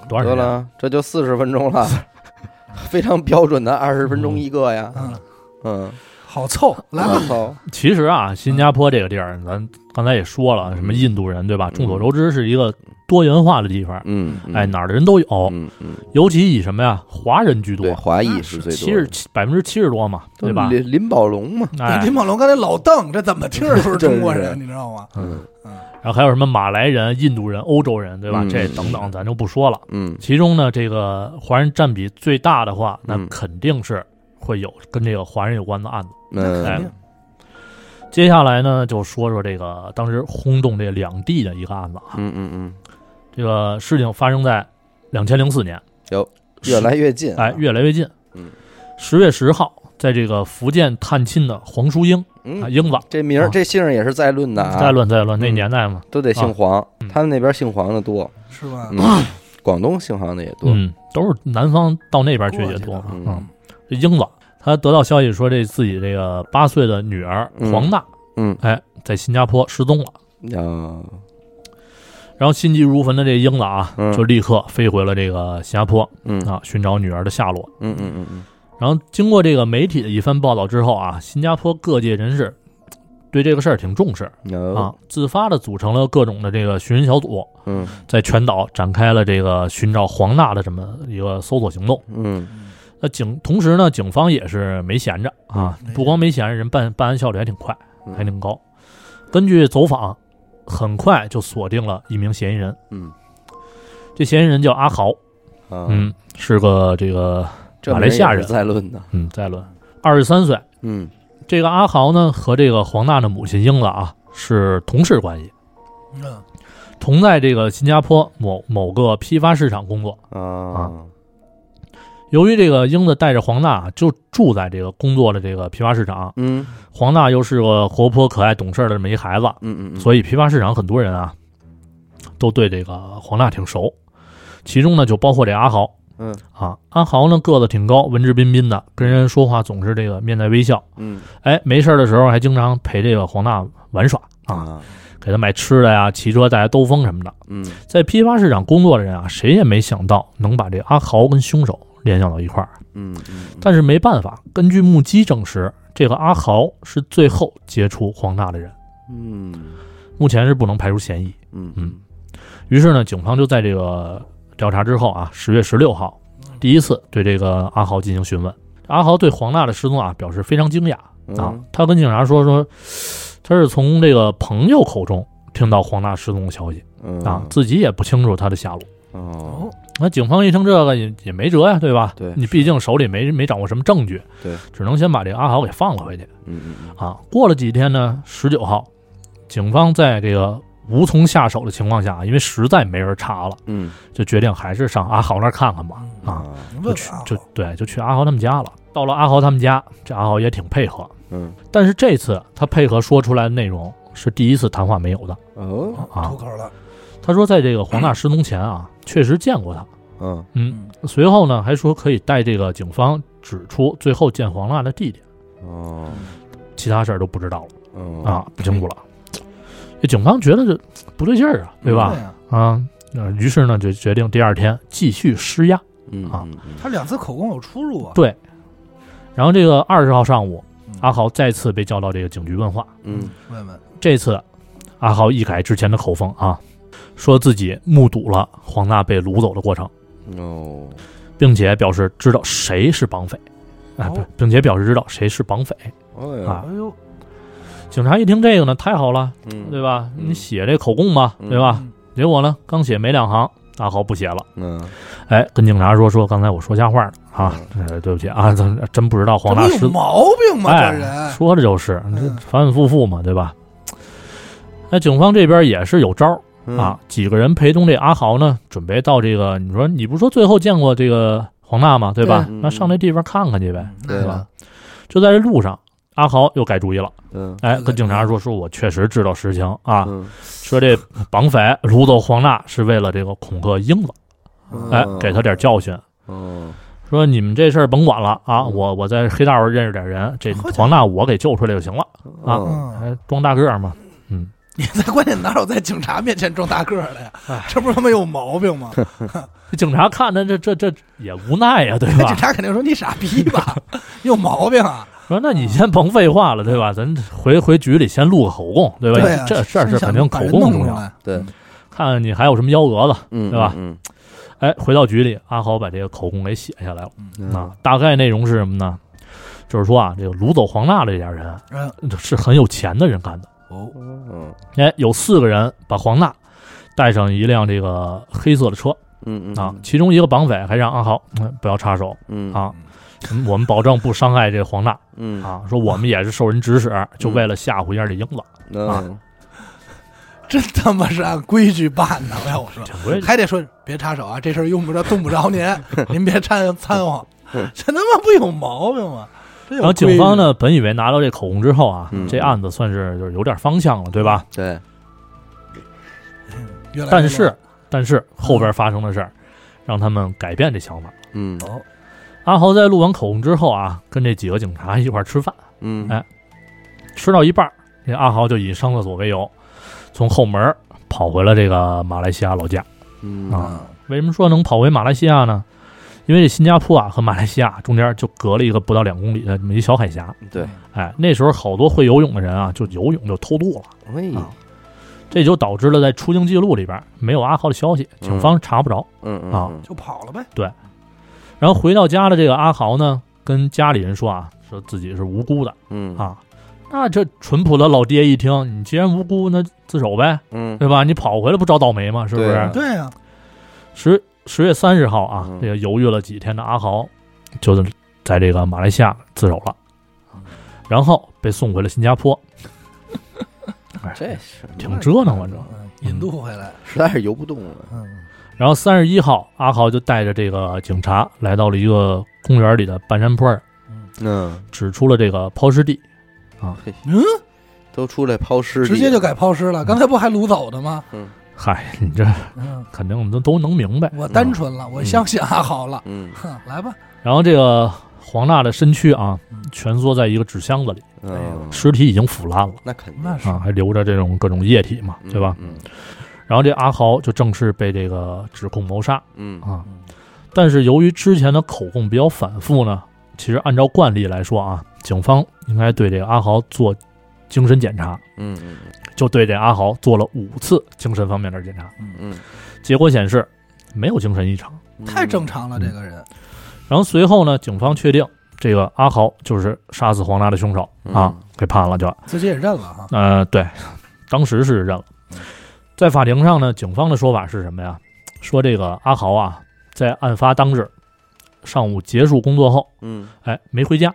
多少
得
时间？
了，这就四十分钟了，非常标准的二十分钟一个呀。
嗯，
嗯，
好凑，来吧，
操，
其实啊，新
嗯
加坡这个地儿，咱刚才也说了，什么印度人对吧？众所周知是一个多元化的地方，
嗯，
哎，哪儿的人都有，
嗯嗯，
尤其以什么呀，华人居
对，
多，
华裔是最
七
多
十
的，
七百分之七十多嘛，对
嗯
吧？
林林宝龙嘛，
哎，
李猛龙刚才老瞪，这怎么听着都是中国
真 是
人，你知道吗？
嗯
然后还有什么马来人、印度人、欧洲人，对吧？
嗯
这等等，咱就不说了。
嗯
其中呢，这个华人占比最大的话，那
嗯
肯定是会有跟这个华人有关的案子。
肯
嗯
定，
接下来呢，就说说这个当时轰动这两地的一个案子啊。
嗯嗯嗯，
这个事情发生在两千零四年，
有越来越近，啊
哎，越来越近。
嗯，
十月十号，在这个福建探亲的黄淑英啊，
嗯，
英子，
这名儿这姓儿也是在论的
再
啊，
乱再乱，那
嗯
年代嘛，
都得姓黄，
嗯
他们那边姓黄的多，
是吧？
嗯，
啊
广东姓黄的也多，
嗯，都是南方到那边去也多嘛
过去，的
嗯。这英子，她得到消息说这自己这个八岁的女儿
嗯
黄娜，
嗯，
哎，在新加坡失踪了。
啊，
然后心急如焚的这英子啊
嗯，
就立刻飞回了这个新加坡
嗯
啊，寻找女儿的下落。
嗯嗯嗯
然后经过这个媒体的一番报道之后啊，新加坡各界人士对这个事儿挺重视
嗯，有
啊，，自发的组成了各种的这个寻人小组，
嗯
在全岛展开了这个寻找黄娜的这么一个搜索行动。
嗯
那警同时呢，警方也是没闲着啊
嗯，
不光没闲着，人办办案效率还挺快，
哎嗯
还挺高。根据走访，很快就锁定了一名嫌疑人，
嗯
这嫌疑人叫阿豪，
啊，
嗯，是个这个
这
马来西亚人
在论的，
嗯再伦，二十三岁。
嗯
这个阿豪呢和这个黄娜的母亲英子啊是同事关系，
哦
嗯，
同在这个新加坡某某个批发市场工作。
啊。
由于这个英子带着黄娜啊就住在这个工作的这个批发市场，
嗯
黄娜又是个活泼可爱、懂事儿的这么一孩子，
嗯嗯，
所
以
以批发市场很多人啊，都对这个黄娜挺熟，其中呢就包括这阿豪。
嗯
啊，阿豪呢个子挺高，文质彬彬的，跟人说话总是这个面带微笑。
嗯
哎，没事儿的时候还经常陪这个黄娜玩耍啊，
啊
给她买吃的呀，骑车带她兜风什么的。
嗯
在批发市场工作的人啊，谁也没想到能把这阿豪跟凶手联想到一块儿。
嗯
但是没办法，根据目击证实，这个阿豪是最后接触黄娜的人，
嗯
目前是不能排除嫌疑。
嗯
嗯，于是呢，警方就在这个调查之后啊，十月十六号，第一次对这个阿豪进行询问。阿豪对黄娜的失踪啊表示非常惊讶啊，他跟警察说说，他是从这个朋友口中听到黄娜失踪的消息啊，自己也不清楚她的下落。
嗯哦
那警方一听这个也也没辙呀，对吧？
对
你毕竟手里没没掌握什么证据，
对，
只能先把这个阿豪给放了回去
嗯嗯
啊。过了几天呢，十九号，警方在这个无从下手的情况下，因为实在没人查了。
嗯
就决定还是上阿豪那儿看看吧。啊，
啊
嗯你
就
问
去
问啊
就对，就去阿豪他们家了。到了阿豪他们家，这阿豪也挺配合，
嗯
但是这次他配合说出来的内容是第一次谈话没有的。
哦
啊
吐口了，
他说，在这个黄大失踪前啊，确实见过他。
嗯
嗯，随后呢，还说可以带这个警方指出最后见黄娜的地点。
哦
其他事儿都不知道了
嗯
啊，不清楚了。这警方觉得这不对劲儿
嗯
啊，对吧？
呀
啊，那于是呢就决定第二天继续施压。
嗯
啊
嗯嗯
他两次口供有出入啊。
对然后这个二十号上午
嗯，
阿豪再次被叫到这个警局问话。
嗯，
问问，
这次阿豪一改之前的口风啊，说自己目睹了黄娜被掳走的过程，
嗯哦，
并且表示知道谁是绑匪，啊，不
哦
并且表示知道谁是绑匪。
哎
啊
呀，
哎呦，
警察一听这个呢，太好了，
嗯
对吧？
嗯
你写这口供吧，
嗯
对吧
嗯？
结果呢，刚写没两行，阿豪不写了，
嗯
哎，跟警察说说刚才我说瞎话了啊，呃对不起啊，咱真不知道
嗯这
黄大
不
师
有毛病吗？这
哎，
人
说的就是
嗯
这反反复复嘛，对吧？那警方这边也是有招儿
嗯
啊，几个人陪同这阿豪呢，准备到这个，你说你不是说最后见过这个黄娜吗？对吧
对？
那上那地方看看去呗，
嗯
对啊
对
那
吧？就在这路上，阿豪又改主意了，
嗯
哎，
又改
跟警察说说我确实知道实情啊，
嗯
说这绑匪掳走黄娜是为了这个恐吓英子，
嗯
哎，给他点教训。
哦，
说你们这事儿甭管了啊！
嗯
我我在黑道上认识点人，这
好家伙
黄娜我给救出来就行了，啊
嗯
嗯，
哎，装大个儿嘛。 嗯，
你在关键哪有在警察面前装大个儿的
哎
呀？这不是他妈有毛病吗？
这警察看着这这这也无奈呀、对
警
吧？
察肯定说你傻逼吧，你有毛病啊！
说那
嗯
你先甭废话了，对吧？咱回回局里先录个口供，对吧？
对呀，
这事儿
真
是
想
肯定
把
口
人
供
弄
重
出
要，
来。
对，
看看你还有什么幺蛾子。
嗯，
对吧
嗯？
哎，回到局里，阿豪把这个口供给写下来了。
嗯
啊，大概内容是什么呢？就是说啊，这个掳走黄娜这家人
嗯，
是很有钱的人干的。
哦，
嗯
哎，有四个人把黄娜带上一辆这个黑色的车
嗯嗯
啊，其中一个绑匪还让阿豪、嗯不要插手
嗯
啊、嗯我们保证不伤害这黄娜
嗯
啊，说我们也是受人指使，就为了吓唬一下这英子，啊
嗯
真他妈是按规矩办的！我要
嗯
我说，
这回
还得说别插手啊，这事儿用不着，动不着您，您别掺掺 和，这他妈不有毛病吗？然
嗯 然后警方，呢，本以为拿到这口供之后啊，
嗯
这案子算是就是有点方向了，对吧？
对，
越来越
但是但是后边发生的事儿，让他们改变这想法。
嗯
乱，
阿豪在录完口供之后啊，跟这几个警察一块儿吃饭，
嗯
哎吃到一半儿，这阿豪就以上厕所为由，从后门儿跑回了这个马来西亚老家。
嗯
啊
嗯
为什么说能跑回马来西亚呢？因为这新加坡啊和马来西亚中间就隔了一个不到两公里的这么一小海峡。
对，
哎，那时候好多会游泳的人啊，就游泳就偷渡了，
哎
啊这就导致了在出境记录里边没有阿豪的消息，警方查不着。
嗯嗯
啊
嗯
就跑了呗。
然后回到家的这个阿豪呢，跟家里人说啊，说自己是无辜的
嗯
啊。那这淳朴的老爹一听，你既然无辜，那自首呗，
嗯
对吧？你跑回来不找倒霉吗？是不
对
是
啊？
对呀，
十十月三十号啊
嗯，
这个犹豫了几天的阿豪，就是在这个马来西亚自首了，
嗯
然后被送回了新加坡。 哎
这是
挺折腾反正
嗯引渡回来，
实在是游不动了，
嗯，
然后三十一号，阿豪就带着这个警察来到了一个公园里的半山坡儿，
嗯，
指出了这个抛尸地。
都出来抛尸，
直接就改抛尸了。刚才不还掳走的吗？
嗨，你这
嗯，
肯定都都能明白。
我单纯了，我相信阿豪了。
嗯
哼，来吧，
然后这个黄娜的身躯啊
嗯，
蜷缩在一个纸箱子里，
嗯，
尸体已经腐烂了
那肯定
那是
啊，还留着这种各种液体嘛，对吧？
嗯
然后这阿豪就正式被这个指控谋杀
嗯
啊。但是由于之前的口供比较反复呢，其实按照惯例来说啊，警方应该对这个阿豪做精神检查，
嗯嗯
就对这阿豪做了五次精神方面的检查，
嗯
结果显示没有精神异常。
嗯，
太正常了，这个人。
然后随后呢，警方确定这个阿豪就是杀死黄达的凶手啊
嗯，
给判了就。
自己也认了哈，
呃，对，当时是认了。在法庭上呢，警方的说法是什么呀？说这个阿豪啊，在案发当日上午结束工作后，
嗯
哎，没回家，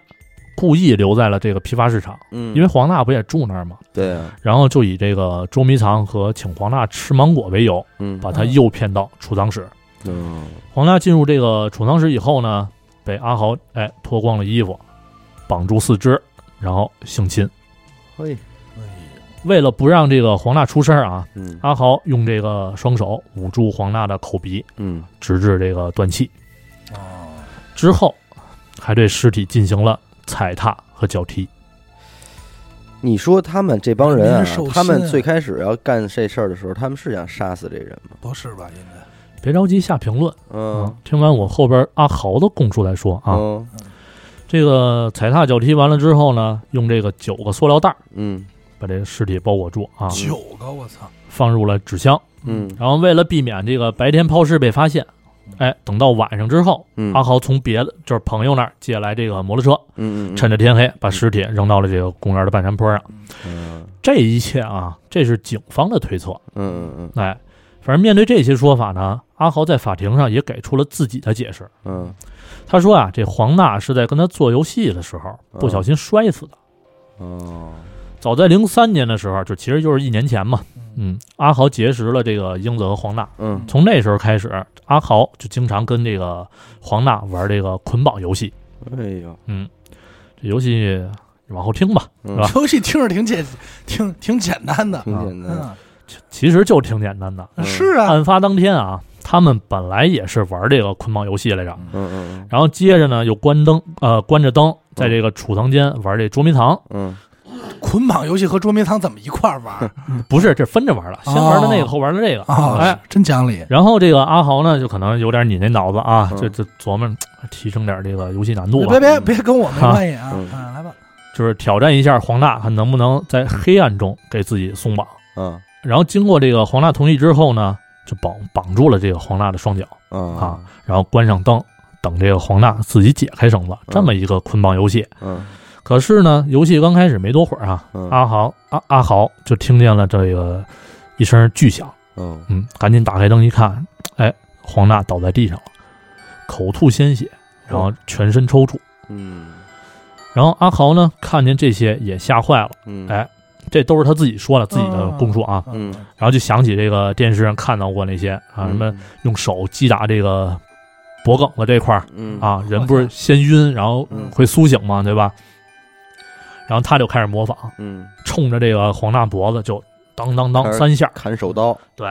故意留在了这个批发市场，
嗯，
因为黄娜不也住那儿吗？
对啊，
然后就以这个捉迷藏和请黄娜吃芒果为由，
嗯
把她诱骗到储藏室。
嗯
黄娜进入这个储藏室以后呢，被阿豪哎脱光了衣服，绑住四肢，然后性侵。
嘿
为了不让这个黄娜出声啊，
嗯
阿豪用这个双手捂住黄娜的口鼻，
嗯
直至这个断气。
哦，
之后，还对尸体进行了踩踏和脚踢。
你说他们这帮人
人
啊
民是受，
他们
薪啊
最开始要干这事儿的时候，他们是想杀死这人吗？
不是吧？应该
别着急下评论啊
嗯，
听完我后边阿豪的供述来说啊，
嗯
这个踩踏脚踢完了之后呢，用这个九个塑料袋儿
嗯
把这个尸体包裹住啊，
九个，我操！
放入了纸箱。
嗯
然后为了避免这个白天抛尸被发现，哎，等到晚上之后，
嗯
阿豪从别的就是朋友那儿借来这个摩托车，
嗯，嗯
趁着天黑把尸体扔到了这个公园的半山坡上。
嗯
这一切啊，这是警方的推测。
嗯嗯
哎，反正面对这些说法呢，阿豪在法庭上也给出了自己的解释。
嗯
他说啊，这黄娜是在跟他做游戏的时候不小心摔死的。
嗯哦
早在零三年的时候，就其实就是一年前嘛，嗯，阿豪结识了这个英子和黄娜。
嗯
从那时候开始，阿豪就经常跟这个黄娜玩这个捆绑游戏。
哎呦
嗯，这游戏往后听吧，
嗯
是吧？
啊
啊
游戏听着挺简， 挺挺简单的。
挺简单
嗯，
其实就挺简单的。
嗯
是啊，
案发当天啊，他们本来也是玩这个捆绑游戏来着，
嗯嗯
然后接着呢又关灯，呃，关着灯，在这个储藏间玩这捉迷藏。
嗯
捆绑游戏和捉迷藏怎么一块儿玩儿
不是，这分着玩的，先玩的那个，
哦
后玩的这个。
啊？
哎，
真讲理。
然后这个阿豪呢，就可能有点你那脑子啊，
嗯
就就琢磨哎提升点这个游戏难度吧
别，别别跟我没关系啊！
嗯
啊，来吧，
就是挑战一下黄大，看能不能在黑暗中给自己松绑。
嗯
然后经过这个黄大同意之后呢，就绑绑住了这个黄大的双脚，
嗯
啊然后关上灯，等这个黄大自己解开绳子，这么一个捆绑游戏。
嗯
可是呢，游戏刚开始没多会儿啊，
嗯
阿豪阿阿豪就听见了这个一声巨响。
嗯
嗯，赶紧打开灯一看，哎，黄娜倒在地上了，口吐鲜血，然后全身抽搐。
嗯
然后阿豪呢，看见这些也吓坏了，
嗯
哎这都是他自己说了自己的供述啊。
嗯
然后就想起这个电视上看到过那些啊，什么用手击打这个脖梗子这块儿
嗯
啊，人不是先晕，然后
嗯
会苏醒嘛，对吧？然后他就开始模仿，
嗯
冲着这个黄娜脖子就当当当
开始
三下，
砍手刀
对。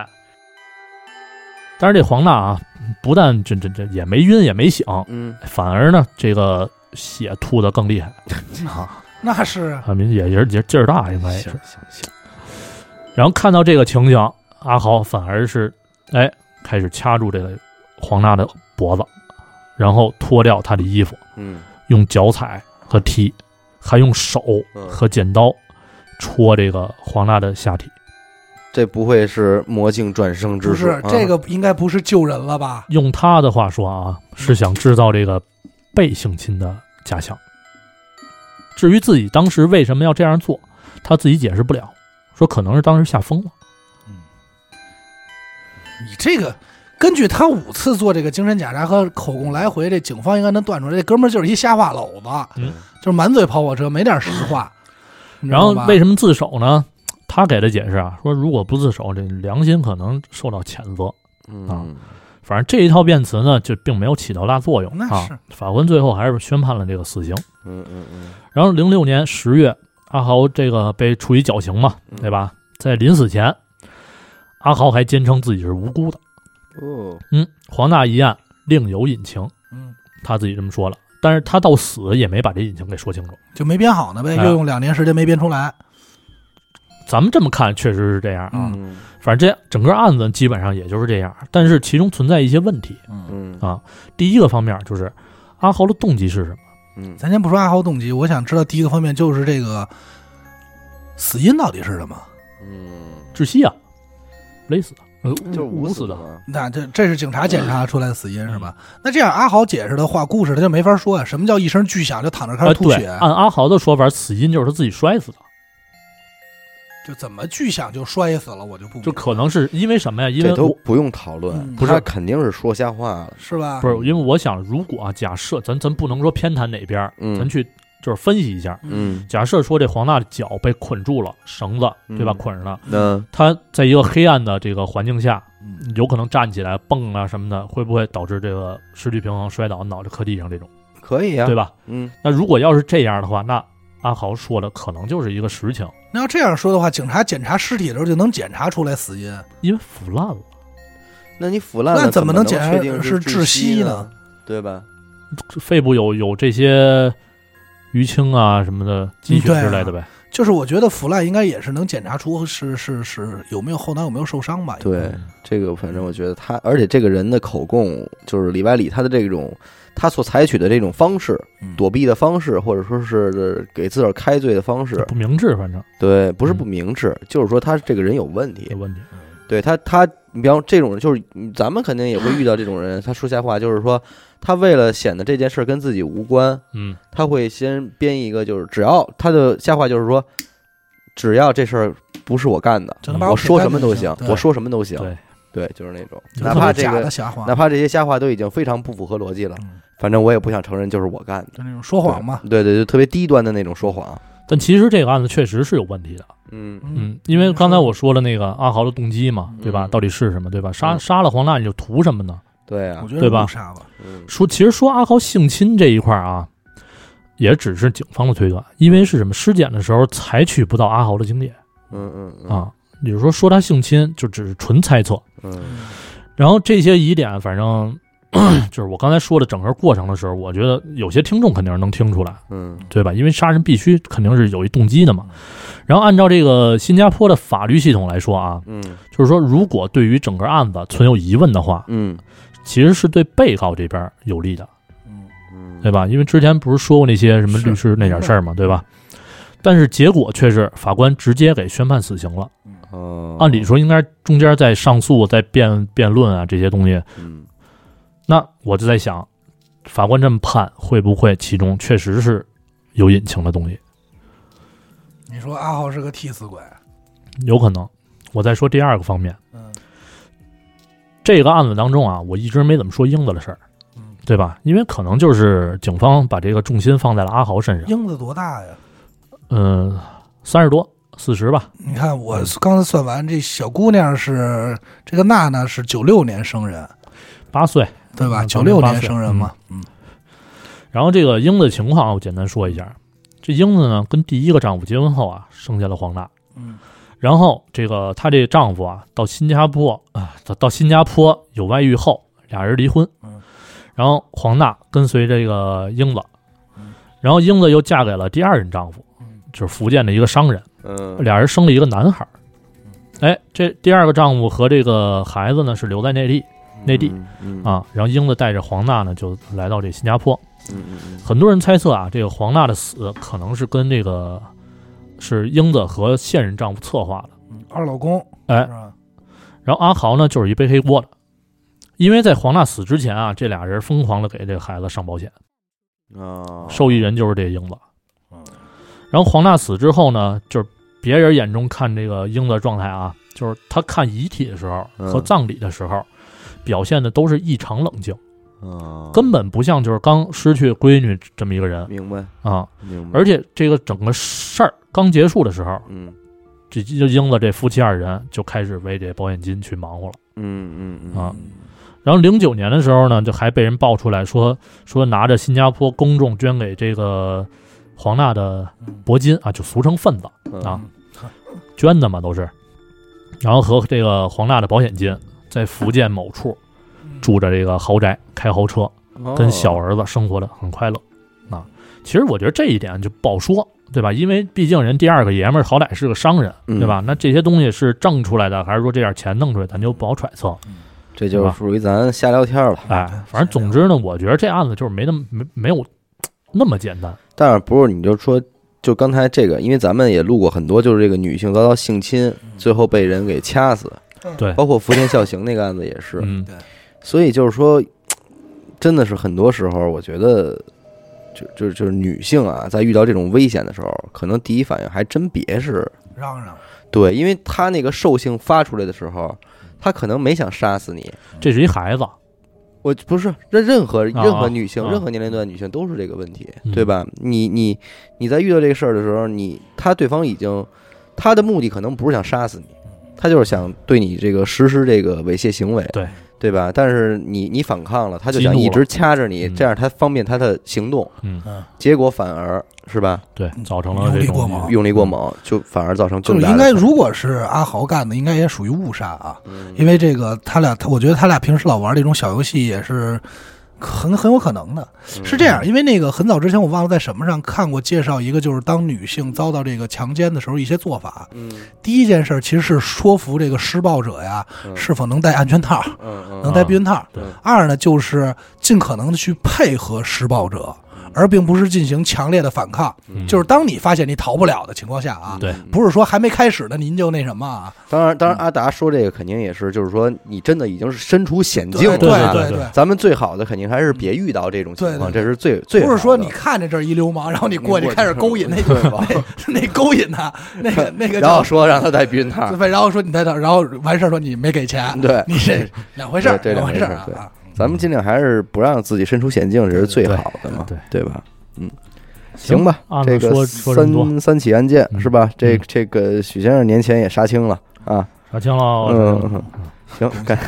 但是这黄娜啊，不但这这这也没晕也没醒，
嗯
反而呢这个血吐的更厉害，
嗯那是
啊，民也也是也是劲儿大，应该也
行
是。
行行
然后看到这个情景，阿豪反而是哎开始掐住这个黄娜的脖子，然后脱掉她的衣服，
嗯
用脚踩和踢，还用手
嗯
和剪刀戳这个黄娜的下体。
这不会是魔镜转生之
不
术啊
是这个应该不是救人了吧？
用他的话说啊，是想制造这个被性侵的假象。至于自己当时为什么要这样做，他自己解释不了，说可能是当时吓疯了。
你这个根据他五次做这个精神检查和口供来回，这警方应该能断出来，这哥们儿就是一瞎话篓子，
嗯
就是满嘴跑火车，没点实话。你知
然
道
后
吧
为什么自首呢？他给的解释啊，说如果不自首，这良心可能受到谴责。
嗯
反正这一套辩词呢，就并没有起到大作用
那
啊
是。
法官最后还是宣判了这个死刑。
嗯嗯
然后零六年十月，阿豪这个被处以绞刑嘛，
嗯
对吧？在临死前，阿豪还坚称自己是无辜的。
哦
嗯，黄大一案另有隐情，
嗯
他自己这么说了。但是他到死也没把这隐情给说清楚。
就没编好呢呗？
哎
又用两年时间没编出来。
咱们这么看，确实是这样啊。
嗯
嗯
反正这整个案子基本上也就是这样，但是其中存在一些问题。
嗯，
嗯
啊第一个方面就是阿豪的动机是什么？
嗯
咱先不说阿豪动机，我想知道第一个方面就是这个死因到底是什么。
嗯
窒息啊，勒死的，呃
就是
捂
死
死的。
嘛
那这这是警察检查出来的死因是吧？
嗯
那这样阿豪解释的话，故事他就没法说啊呀、什么叫一声巨响就躺着开
啊，
始吐
对，
血？
按阿豪的说法，死因就是他自己摔死的，
就怎么巨响就摔死了？我就不明白
就可能是因为什么呀？因为
这都
我
不用讨论，
嗯
他肯定是说瞎话了。
是吧？
不是因为我想，如果啊，假设咱咱不能说偏袒哪边儿，
嗯
咱去就是分析一下。
嗯，
假设说这黄大的脚被捆住了绳子，对吧？
嗯
捆着呢，
那
他在一个黑暗的这个环境下，
嗯，
有可能站起来蹦啊什么的，会不会导致这个失去平衡、摔倒、脑袋磕地上这种，
可以啊，
对吧？
嗯
那如果要是这样的话，那阿豪说的可能就是一个实情，
那要这样说的话，警察检查尸体的时候就能检查出来死因，
因为腐烂了，
那你腐烂了，
那怎
怎
么能
能
检查
确定
是窒
窒
息呢
呢？对吧？
这肺部有有这些淤青啊什么的积血之类的呗。
就是我觉得腐烂应该也是能检查出是是是有没有后脑有没有受伤吧？
嗯
对，这个反正我觉得他，而且这个人的口供就是里外里他的这种他所采取的这种方式，
嗯
躲避的方式，或者说是给自个儿开罪的方式，
不明智，反正
对，不是
嗯
不明智，就是说他这个人有问题
有。问题。
对他，他你比方这种人，就是嗯咱们肯定也会遇到这种人，他说瞎话，就是说他为了显得这件事跟自己无关，
嗯，
他会先编一个，就是只要他的瞎话就是说，只要这事儿不是我干的，
就能把
嗯我
撇
说
干
什么
就
都
行
行，，
对
我说什么都行。
对
对，就是那种，
就
哪
特别
怕这
假
个
的，瞎话，
哪怕这些瞎话都已经非常不符合逻辑了，
嗯
反正我也不想承认就是我干的。
就那种说谎嘛。
对对，就特别低端的那种说谎。
但其实这个案子确实是有问题的。
嗯
嗯，因为刚才我说了那个阿豪的动机嘛，对吧？
嗯
到底是什么，对吧？杀
嗯
杀了黄大，你就图什么呢？
对啊
我，觉得
对吧
误杀吧，
嗯
说其实说阿豪性侵这一块儿啊，也只是警方的推断，因为是什么？尸检的时候采取不到阿豪的精液
嗯嗯嗯
啊，也就是说说他性侵就只是纯猜测。
嗯
然后这些疑点，反正 就是我刚才说的整个过程的时候，我觉得有些听众肯定是能听出来，
嗯
对吧？因为杀人必须肯定是有一动机的嘛。然后按照这个新加坡的法律系统来说啊，
嗯
就是说如果对于整个案子存有疑问的话，
嗯
其实是对被告这边有利的，
嗯，
嗯，
对吧？因为之前不是说过那些什么律师那点事儿嘛，对吧？但是结果却是法官直接给宣判死刑了。
哦，
按理说应该中间在上诉、在辩辩论啊这些东西，
嗯，
那我就在想，法官这么判会不会其中确实是有隐情的东西？
你说阿浩是个替死鬼，
有可能。我再说第二个方面，
嗯
这个案子当中啊，我一直没怎么说英子的事儿，
嗯，
对吧？因为可能就是警方把这个重心放在了阿豪身上，
英子多大呀？
嗯，三十多、四十吧，
你看我刚才算完，这小姑娘是这个娜娜是九六年生人，
八岁。
对吧？
嗯
九六
88
年
岁
生人嘛，嗯，
然后这个英子的情况，我简单说一下。这英子呢，跟第一个丈夫结婚后啊，生下了黄娜。
嗯，
然后这个她这丈夫啊，到新加坡啊，到到新加坡有外遇后，俩人离婚
嗯。
然后黄娜跟随这个英子
嗯，
然后英子又嫁给了第二任丈夫
嗯，
就是福建的一个商人。
嗯
俩人生了一个男孩儿。哎，这第二个丈夫和这个孩子呢是留在内地内地
嗯
啊，然后英子带着黄娜呢就来到这新加坡。
嗯嗯
很多人猜测啊，这个黄娜的死可能是跟这个是英子和现任丈夫策划的。
嗯二老公，
哎
是吧？
然后阿豪呢，就是一背黑锅的，因为在黄娜死之前啊，这俩人疯狂的给这个孩子上保险，
嗯啊，
受益人就是这英子。
哦
嗯
然后黄娜死之后呢，就是别人眼中看这个英子的状态啊，就是他看遗体的时候
嗯
和葬礼的时候，表现的都是异常冷静，
啊
根本不像就是刚失去闺女这么一个人
明白嗯
啊。
明白，
而且这个整个事儿刚结束的时候，
嗯
这这英子这夫妻二人就开始为这保险金去忙活了。
嗯嗯嗯
啊然后零九年的时候呢，就还被人爆出来说说拿着新加坡公众捐给这个黄娜的
嗯
铂金啊，就俗称份子
嗯
啊，捐的嘛都是。然后和这个黄娜的保险金在福建某处
嗯
住着这个豪宅，开豪车，
哦
跟小儿子生活的很快乐啊。其实我觉得这一点就不好说，对吧？因为毕竟人第二个爷们儿好歹是个商人，
嗯
对吧？那这些东西是挣出来的，还是说这点钱弄出来，咱就不好揣测。
这就是属于咱瞎聊天了。
哎，反正总之呢，我觉得这案子就是没那么没没有那么简单。
但是不是你就说，就刚才这个，因为咱们也录过很多，就是这个女性遭到性侵，
嗯
最后被人给掐死，
对
包括福田孝行那个案子也是。
嗯，
所以就是说，真的是很多时候，我觉得就就就是女性啊，在遇到这种危险的时候，可能第一反应还真别是
嚷嚷，
对，因为她那个兽性发出来的时候，她可能没想杀死你。
这是一孩子，
我不是任任何
啊
任何女性，
啊
任何年龄段女性都是这个问题，
嗯
对吧？你你你在遇到这个事儿的时候，你他对方已经他的目的可能不是想杀死你，他就是想对你这个实施这个猥亵行为，
对
对吧？但是你你反抗了，他就
激
想
怒
一
了
直掐着你，
嗯
这样他方便他的行动，
嗯，
嗯，
结果反而是吧，
对，
嗯
造成了这
用力过
种
猛
用力过猛，就反而造成
就
更
是
大
应
的
该，
伤
如果是阿豪干的，应该也属于误杀啊，
嗯
因为这个他俩，他我觉得他俩平时老玩这种小游戏也是。很很有可能的。
嗯
是这样，因为那个很早之前我忘了在什么上看过介绍一个，就是当女性遭到这个强奸的时候一些做法。
嗯，
第一件事儿其实是说服这个施暴者呀
嗯
是否能戴安全套，
嗯嗯
能戴避孕套。
啊对
二呢，就是尽可能的去配合施暴者，而并不是进行强烈的反抗。
嗯
就是当你发现你逃不了的情况下啊，
对
不是说还没开始呢您就那什么啊，
当然，当然，阿达说这个肯定也是，就是说你真的已经是身处险境
对
了。
对
对
对对
咱们最好的肯定还是别遇到这种情况，
对
这是最最好
不
的
是说你看着这儿一流氓，然后你过去
你过去
开始勾引那
对吧
那那勾引他，那个那个
然后
叫
说让他戴避孕套，
对，然后说你在那，然后完事儿说你没给钱，
对
你这两回事儿，
对这两
回
回
事
事儿
儿啊。
咱们尽量还是不让自己身处险境，这是最好的嘛，
对
对吧？嗯，行吧，
按
这
着
个
说说这么多，
三三起案件
嗯
是吧？这
嗯
这个许先生年前也杀青了啊，
杀青了，
嗯，嗯行， 感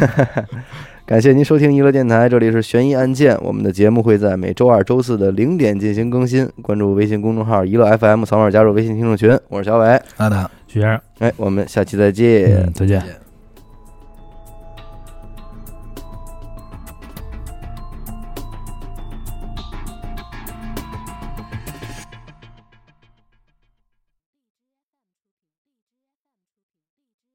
感谢您收听娱乐电台，这里是悬疑案件，我们的节目会在每周二、周四的零点进行更新，关注微信公众号“娱乐 FM”，扫码加入微信听众群，我是小伟，
好的，
许先生，
哎，我们下期再见。
嗯，再见。
见。